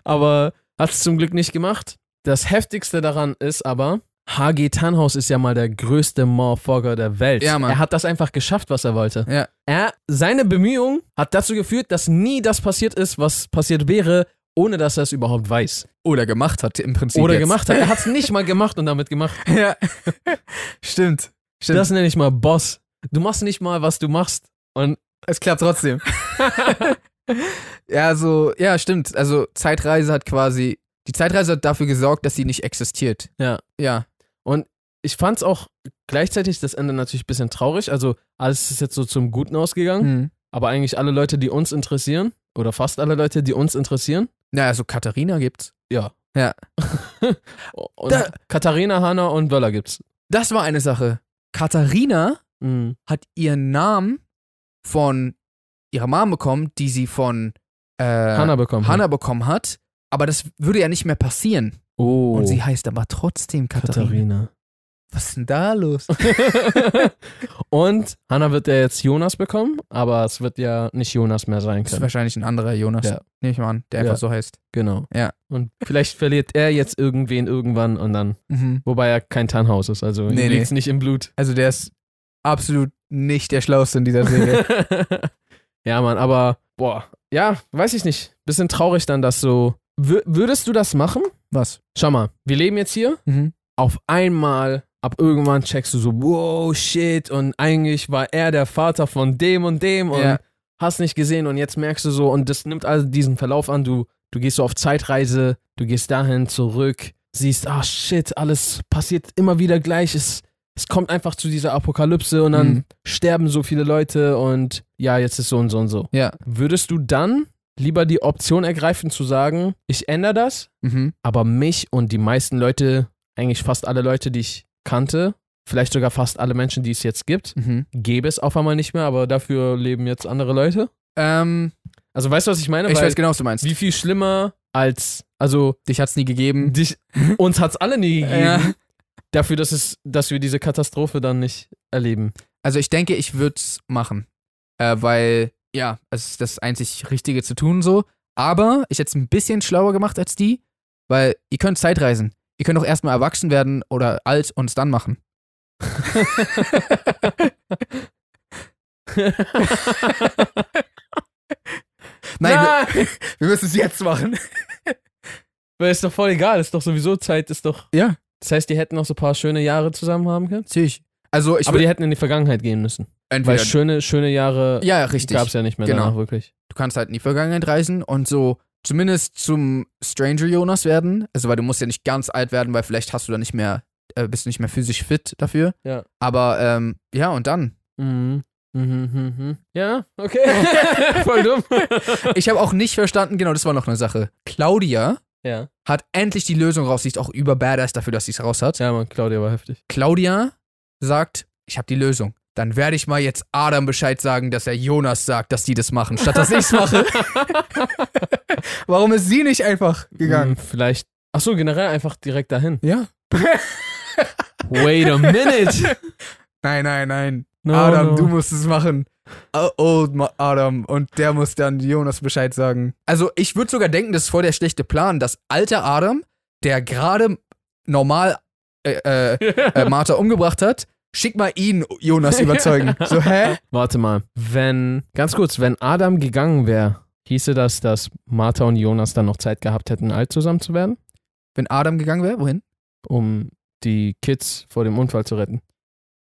Speaker 1: aber hat es zum Glück nicht gemacht. Das Heftigste daran ist aber, HG Tannhaus ist ja mal der größte Motherfucker der Welt.
Speaker 2: Ja, Mann.
Speaker 1: Er hat das einfach geschafft, was er wollte.
Speaker 2: Ja.
Speaker 1: Er, seine Bemühung hat dazu geführt, dass nie das passiert ist, was passiert wäre, ohne dass er es überhaupt weiß.
Speaker 2: Oder gemacht hat im Prinzip.
Speaker 1: Oder
Speaker 2: jetzt.
Speaker 1: gemacht hat. Er hat es nicht mal gemacht und damit gemacht.
Speaker 2: [LAUGHS] Ja. [LAUGHS] Stimmt. Stimmt.
Speaker 1: Das nenne ich mal Boss. Du machst nicht mal, was du machst. Und
Speaker 2: es klappt [LAUGHS] trotzdem. ja, so, ja, stimmt. Also Zeitreise hat quasi. Die Zeitreise hat dafür gesorgt, dass sie nicht existiert.
Speaker 1: Ja.
Speaker 2: Ja.
Speaker 1: ich fand es auch gleichzeitig das Ende natürlich ein bisschen traurig. Also alles ist jetzt so zum Guten ausgegangen.
Speaker 2: Mhm.
Speaker 1: Aber eigentlich alle Leute, die uns interessieren, oder fast alle Leute, die uns interessieren.
Speaker 2: Naja, so Katharina gibt's.
Speaker 1: Ja.
Speaker 2: Ja.
Speaker 1: und
Speaker 2: Da-
Speaker 1: Katharina, Hanna und Wöller gibt's.
Speaker 2: Das war eine Sache. Katharina
Speaker 1: Mhm.
Speaker 2: hat ihren Namen von ihrer Mom bekommen, die sie von äh,
Speaker 1: Hanna bekommen.
Speaker 2: Hannah bekommen hat. Aber das würde ja nicht mehr passieren.
Speaker 1: Oh.
Speaker 2: Und sie heißt aber trotzdem Katharina.
Speaker 1: Katharina.
Speaker 2: Was ist denn da los?
Speaker 1: [LAUGHS] Und Hannah wird ja jetzt Jonas bekommen, aber es wird ja nicht Jonas mehr sein
Speaker 2: Das ist
Speaker 1: können.
Speaker 2: wahrscheinlich ein anderer Jonas.
Speaker 1: Ja.
Speaker 2: Nehme ich mal an, der einfach
Speaker 1: Ja.
Speaker 2: so heißt.
Speaker 1: Genau.
Speaker 2: Ja.
Speaker 1: Und vielleicht verliert er jetzt irgendwen irgendwann und dann,
Speaker 2: Mhm.
Speaker 1: wobei er kein Tannhaus ist, also
Speaker 2: Nee,
Speaker 1: nee, liegt es nicht im Blut.
Speaker 2: Also der ist absolut nicht der Schlauste in dieser Serie.
Speaker 1: [LAUGHS] ja, Mann, aber boah, ja, weiß ich nicht. Bisschen traurig dann, dass so. Wür würdest du das machen?
Speaker 2: Was?
Speaker 1: Schau mal, wir leben jetzt hier.
Speaker 2: Mhm.
Speaker 1: Auf einmal, ab irgendwann checkst du so, wow, shit, und eigentlich war er der Vater von dem und dem und
Speaker 2: Ja.
Speaker 1: hast nicht gesehen und jetzt merkst du so, und das nimmt also diesen Verlauf an, du, du gehst so auf Zeitreise, du gehst dahin zurück, siehst, ah shit, alles passiert immer wieder gleich, es, es kommt einfach zu dieser Apokalypse und dann
Speaker 2: Mhm.
Speaker 1: sterben so viele Leute und ja, jetzt ist so und so und so.
Speaker 2: Ja.
Speaker 1: Würdest du dann lieber die Option ergreifen zu sagen, ich ändere das,
Speaker 2: Mhm.
Speaker 1: aber mich und die meisten Leute, eigentlich fast alle Leute, die ich kannte, vielleicht sogar fast alle Menschen, die es jetzt gibt,
Speaker 2: Mhm.
Speaker 1: gäbe es auf einmal nicht mehr, aber dafür leben jetzt andere Leute?
Speaker 2: Ähm,
Speaker 1: Also weißt du, was ich meine?
Speaker 2: ich
Speaker 1: Weil
Speaker 2: weiß genau, was du meinst.
Speaker 1: wie viel schlimmer als, also
Speaker 2: Dich hat's nie gegeben.
Speaker 1: dich, [LAUGHS] uns hat's alle nie gegeben,
Speaker 2: Ja.
Speaker 1: dafür, dass, es, dass wir diese Katastrophe dann nicht
Speaker 2: [LAUGHS]
Speaker 1: erleben. [LAUGHS]
Speaker 2: Also ich denke, ich würde es machen. Äh, weil, ja, es ist das einzig Richtige zu tun so. Aber ich hätte es ein bisschen schlauer gemacht als die, weil ihr könnt Zeitreisen. Ihr könnt auch erstmal erwachsen werden oder alt und es dann machen. Nein, Wir, wir müssen es jetzt machen.
Speaker 1: Weil ist doch voll egal, ist doch sowieso Zeit, ist doch.
Speaker 2: Ja.
Speaker 1: Das heißt, die hätten noch so ein paar schöne Jahre zusammen haben können.
Speaker 2: [LAUGHS] Natürlich. Also ich
Speaker 1: aber
Speaker 2: würd-
Speaker 1: die hätten in die Vergangenheit gehen müssen. Weil
Speaker 2: entweder
Speaker 1: schöne, schöne Jahre
Speaker 2: ja, richtig.
Speaker 1: gab es ja nicht mehr
Speaker 2: Genau.
Speaker 1: danach, wirklich.
Speaker 2: du kannst halt in die Vergangenheit reisen und so zumindest zum Stranger Jonas werden. Also, weil du musst ja nicht ganz alt werden, weil vielleicht hast du da nicht mehr, äh, bist du nicht mehr physisch fit dafür.
Speaker 1: Ja.
Speaker 2: Aber ähm, ja, und dann.
Speaker 1: Mhm. Mhm, mhm, mhm. Ja, okay. [LAUGHS] Voll dumm.
Speaker 2: Ich habe auch nicht verstanden, genau, das war noch eine Sache. Claudia
Speaker 1: ja.
Speaker 2: hat endlich die Lösung raus, sie ist auch über Badass dafür, dass sie es raus hat.
Speaker 1: ja, Mann, Claudia war heftig.
Speaker 2: Claudia sagt, ich habe die Lösung. Dann werde ich mal jetzt Adam Bescheid sagen, dass er Jonas sagt, dass die das machen, statt dass ich es mache. Warum ist sie nicht einfach gegangen?
Speaker 1: Hm, vielleicht. Achso, generell einfach direkt dahin.
Speaker 2: Ja.
Speaker 1: Wait a [LAUGHS] minute.
Speaker 2: Nein, nein, nein.
Speaker 1: No,
Speaker 2: Adam,
Speaker 1: no.
Speaker 2: du musst es machen. Oh, oh, Ma- Adam. Und der muss dann Jonas Bescheid sagen. Also, ich würde sogar denken, das ist voll der schlechte Plan, dass alter Adam, der gerade normal äh, äh, äh, Martha umgebracht hat, schick mal ihn Jonas überzeugen. So,
Speaker 1: [LAUGHS]
Speaker 2: hä?
Speaker 1: [LAUGHS] Warte mal. Wenn, ganz kurz, wenn Adam gegangen wäre, hieße das, dass Martha und Jonas dann noch Zeit gehabt hätten, alt zusammen zu werden,
Speaker 2: Wenn Adam gegangen wäre, wohin?
Speaker 1: um die Kids vor dem Unfall zu retten?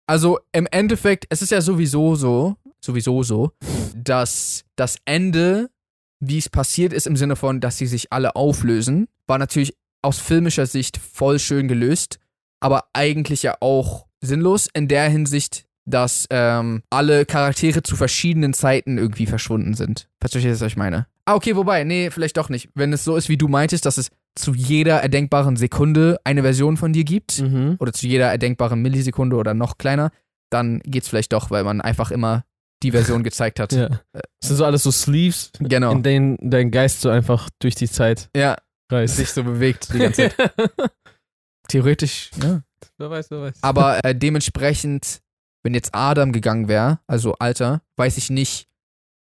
Speaker 2: Also, im Endeffekt, es ist ja sowieso so, sowieso so, dass das Ende, wie es passiert ist, im Sinne von, dass sie sich alle auflösen, war natürlich aus filmischer Sicht voll schön gelöst, aber eigentlich ja auch sinnlos in der Hinsicht, dass ähm, alle Charaktere zu verschiedenen Zeiten irgendwie verschwunden sind. Versteht ihr, was ich meine? Ah, okay, wobei, nee, vielleicht doch nicht. Wenn es so ist, wie du meintest, dass es zu jeder erdenkbaren Sekunde eine Version von dir gibt,
Speaker 1: Mhm.
Speaker 2: oder zu jeder erdenkbaren Millisekunde oder noch kleiner, dann geht's vielleicht doch, weil man einfach immer die Version gezeigt hat.
Speaker 1: Ja. Das sind so alles so Sleeves,
Speaker 2: Genau.
Speaker 1: in denen dein Geist so einfach durch die Zeit
Speaker 2: Ja,
Speaker 1: reist.
Speaker 2: sich so bewegt die ganze
Speaker 1: [LAUGHS]
Speaker 2: Zeit. Theoretisch. Ja.
Speaker 1: wer weiß, wer weiß.
Speaker 2: [LAUGHS] Aber äh, dementsprechend, wenn jetzt Adam gegangen wäre, also Alter, weiß ich nicht,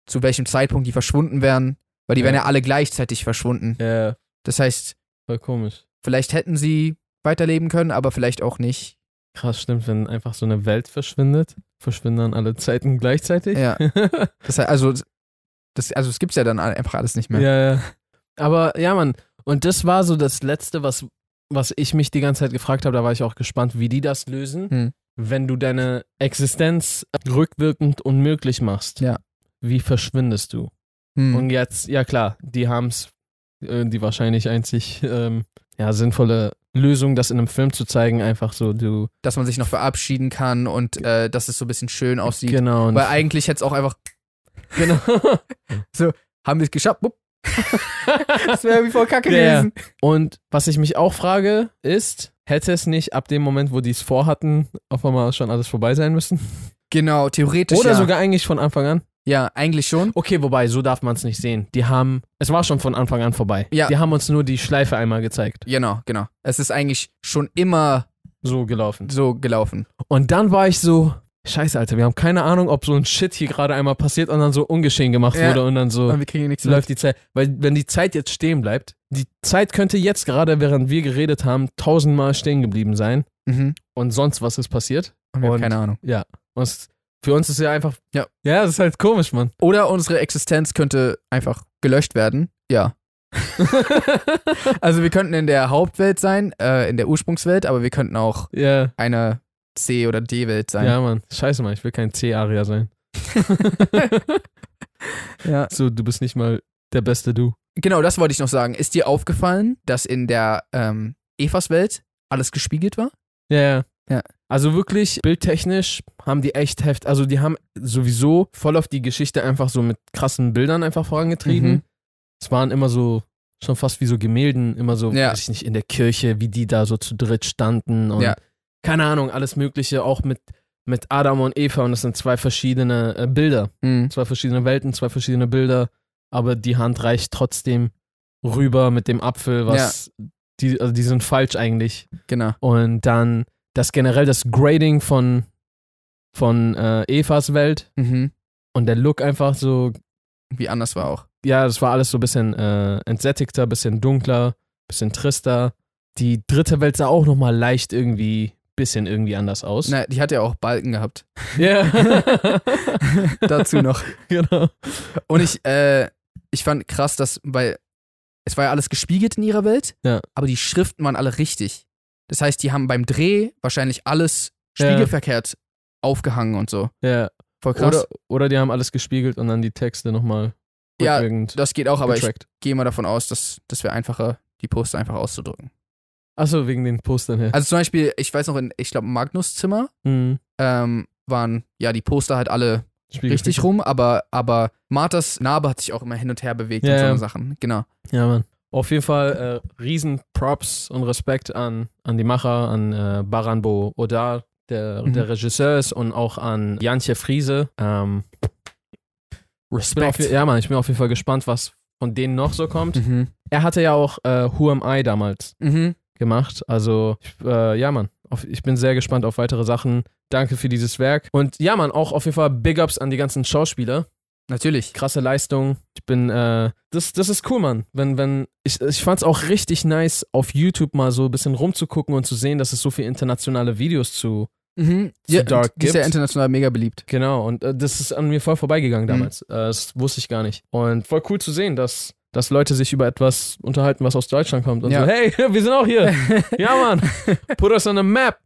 Speaker 2: zu welchem Zeitpunkt die verschwunden wären, weil die
Speaker 1: Ja.
Speaker 2: wären ja alle gleichzeitig verschwunden.
Speaker 1: [LAUGHS] ja,
Speaker 2: Das heißt,
Speaker 1: voll komisch.
Speaker 2: vielleicht hätten sie weiterleben können, aber vielleicht auch nicht.
Speaker 1: Krass, stimmt, wenn einfach so eine Welt verschwindet, verschwinden dann alle Zeiten gleichzeitig. [LAUGHS]
Speaker 2: Ja. Das heißt, also, das, also es gibt's ja dann einfach alles nicht mehr.
Speaker 1: Ja, ja. Aber ja, Mann. Und das war so das Letzte, was, was ich mich die ganze Zeit gefragt habe. Da war ich auch gespannt, wie die das lösen,
Speaker 2: Hm.
Speaker 1: wenn du deine Existenz rückwirkend unmöglich machst.
Speaker 2: Ja.
Speaker 1: Wie verschwindest du?
Speaker 2: Hm.
Speaker 1: Und jetzt, ja klar, die haben es, äh, die wahrscheinlich einzig ähm, ja, sinnvolle Lösung, das in einem Film zu zeigen, einfach so, du.
Speaker 2: dass man sich noch verabschieden kann und äh, dass es so ein bisschen schön aussieht.
Speaker 1: Genau. Und,
Speaker 2: Weil eigentlich hätte es auch einfach,
Speaker 1: [LAUGHS] genau.
Speaker 2: haben wir es geschafft? [LAUGHS] Wupp. das wäre wie voll kacke
Speaker 1: Ja.
Speaker 2: gewesen.
Speaker 1: Und was ich mich auch frage, ist, hätte es nicht ab dem Moment, wo die es vorhatten, auf einmal schon alles vorbei sein müssen?
Speaker 2: Genau, theoretisch.
Speaker 1: Oder
Speaker 2: ja.
Speaker 1: sogar eigentlich von Anfang an?
Speaker 2: Ja, eigentlich schon.
Speaker 1: Okay, wobei, so darf man es nicht sehen. Die haben, es war schon von Anfang an vorbei.
Speaker 2: Ja.
Speaker 1: Die haben uns nur die Schleife einmal gezeigt.
Speaker 2: Genau, genau. Es ist eigentlich schon immer
Speaker 1: so gelaufen.
Speaker 2: so gelaufen.
Speaker 1: Und dann war ich so, scheiße, Alter, wir haben keine Ahnung, ob so ein Shit hier gerade einmal passiert und dann so ungeschehen gemacht
Speaker 2: Ja.
Speaker 1: wurde und dann so
Speaker 2: Und wir kriegen nichts
Speaker 1: läuft die Zeit. Weil wenn die Zeit jetzt stehen bleibt, die Zeit könnte jetzt gerade, während wir geredet haben, tausendmal stehen geblieben sein
Speaker 2: mit. Mhm.
Speaker 1: und sonst was ist passiert.
Speaker 2: Und wir haben
Speaker 1: Und-
Speaker 2: keine Ahnung.
Speaker 1: Und es- für uns ist ja einfach,
Speaker 2: Ja.
Speaker 1: ja, das ist halt komisch,
Speaker 2: [LAUGHS]
Speaker 1: Mann.
Speaker 2: Oder unsere Existenz könnte einfach gelöscht werden. [LAUGHS] Ja. Also wir könnten in der Hauptwelt sein, äh, in der Ursprungswelt, aber wir könnten auch
Speaker 1: ja,
Speaker 2: einer C- oder D-Welt sein.
Speaker 1: ja, Mann. Scheiße, Mann, ich will kein C-Aria sein.
Speaker 2: ja.
Speaker 1: So, du bist nicht mal der beste Du.
Speaker 2: Genau, das wollte ich noch sagen. Ist dir aufgefallen, dass in der ähm, Evas-Welt alles gespiegelt war?
Speaker 1: Ja, ja.
Speaker 2: Ja.
Speaker 1: Also wirklich, bildtechnisch haben die echt heft. Also die haben sowieso voll auf die Geschichte einfach so mit krassen Bildern einfach vorangetrieben.
Speaker 2: Mhm.
Speaker 1: Es waren immer so, schon fast wie so Gemälden, immer so,
Speaker 2: Ja.
Speaker 1: weiß ich nicht, in der Kirche, wie die da so zu dritt standen und
Speaker 2: Ja.
Speaker 1: keine Ahnung, alles Mögliche, auch mit, mit Adam und Eva und das sind zwei verschiedene äh, Bilder,
Speaker 2: Mhm.
Speaker 1: zwei verschiedene Welten, zwei verschiedene Bilder, aber die Hand reicht trotzdem rüber mit dem Apfel, was, die, also die sind falsch eigentlich.
Speaker 2: Genau.
Speaker 1: Und dann das generell das Grading von, von äh, Evas Welt
Speaker 2: Mhm.
Speaker 1: und der Look einfach so,
Speaker 2: Wie anders war auch.
Speaker 1: ja, das war alles so ein bisschen äh, entsättigter, bisschen dunkler, bisschen trister. Die dritte Welt sah auch nochmal leicht irgendwie, bisschen irgendwie anders aus.
Speaker 2: Na, die hat ja auch Balken gehabt.
Speaker 1: [LAUGHS] Ja. [LAUGHS]
Speaker 2: Dazu noch.
Speaker 1: genau.
Speaker 2: [LAUGHS] Und ich, äh, ich fand krass, dass, weil es war ja alles gespiegelt in ihrer Welt,
Speaker 1: Ja.
Speaker 2: aber die Schriften waren alle richtig. Das heißt, die haben beim Dreh wahrscheinlich alles
Speaker 1: Ja.
Speaker 2: spiegelverkehrt aufgehangen und so.
Speaker 1: Ja.
Speaker 2: Voll Oh, krass.
Speaker 1: Oder, oder die haben alles gespiegelt und dann die Texte nochmal
Speaker 2: Ja,
Speaker 1: rückwirkend
Speaker 2: das geht auch, aber ich
Speaker 1: getrackt.
Speaker 2: gehe mal davon aus, dass das wäre einfacher, die Poster einfach auszudrücken.
Speaker 1: Achso, wegen den Postern her.
Speaker 2: Also zum Beispiel, ich weiß noch, in, ich glaube, Magnus Zimmer
Speaker 1: Mhm.
Speaker 2: ähm, waren ja die Poster halt alle
Speaker 1: Spiegel-
Speaker 2: richtig rum, aber, aber Marthas Narbe hat sich auch immer hin und her bewegt
Speaker 1: Ja,
Speaker 2: und so
Speaker 1: ja.
Speaker 2: eine Sachen. Genau.
Speaker 1: Ja, Mann. Auf jeden Fall äh, riesen Props und Respekt an, an die Macher, an äh, Baranbo Odar, der,
Speaker 2: Mhm.
Speaker 1: der Regisseur ist, und auch an Jantje Friese. Ähm, ich bin auf,
Speaker 2: Respekt.
Speaker 1: ja, Mann, ich bin auf jeden Fall gespannt, was von denen noch so kommt.
Speaker 2: Mhm.
Speaker 1: Er hatte ja auch äh, Who Am I damals
Speaker 2: Mhm.
Speaker 1: gemacht. Also, ich, äh, ja, Mann, auf, ich bin sehr gespannt auf weitere Sachen. Danke für dieses Werk. Und ja, Mann, auch auf jeden Fall Big Ups an die ganzen Schauspieler
Speaker 2: Natürlich.
Speaker 1: krasse Leistung. Ich bin, äh, das, das ist cool, Mann. Wenn, wenn, ich, ich fand's auch richtig nice, auf YouTube mal so ein bisschen rumzugucken und zu sehen, dass es so viele internationale Videos zu,
Speaker 2: Mhm.
Speaker 1: Zu
Speaker 2: Ja,
Speaker 1: Dark
Speaker 2: die ist ja
Speaker 1: gibt's.
Speaker 2: international mega beliebt.
Speaker 1: genau, und äh, das ist an mir voll vorbeigegangen
Speaker 2: Mhm.
Speaker 1: damals. Äh, das wusste ich gar nicht. Und voll cool zu sehen, dass, dass Leute sich über etwas unterhalten, was aus Deutschland kommt. Und
Speaker 2: Ja.
Speaker 1: so, hey, [LAUGHS] wir sind
Speaker 2: [LAUGHS]
Speaker 1: auch hier. ja, Mann, put us on a map.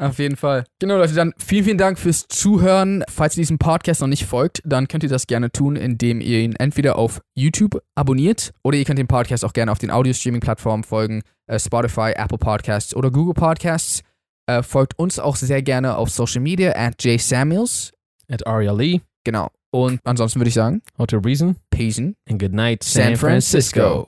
Speaker 2: Auf jeden Fall. Genau, Leute, dann vielen, vielen Dank fürs Zuhören. Falls ihr diesem Podcast noch nicht folgt, dann könnt ihr das gerne tun, indem ihr ihn entweder auf YouTube abonniert oder ihr könnt dem Podcast auch gerne auf den Audio-Streaming-Plattformen folgen, äh, Spotify, Apple Podcasts oder Google Podcasts. Äh, folgt uns auch sehr gerne auf Social Media, at jsamuels.
Speaker 1: At Aria Lee,
Speaker 2: Genau. Und ansonsten würde ich sagen,
Speaker 1: how to reason,
Speaker 2: Peace and
Speaker 1: and good night,
Speaker 2: San Francisco.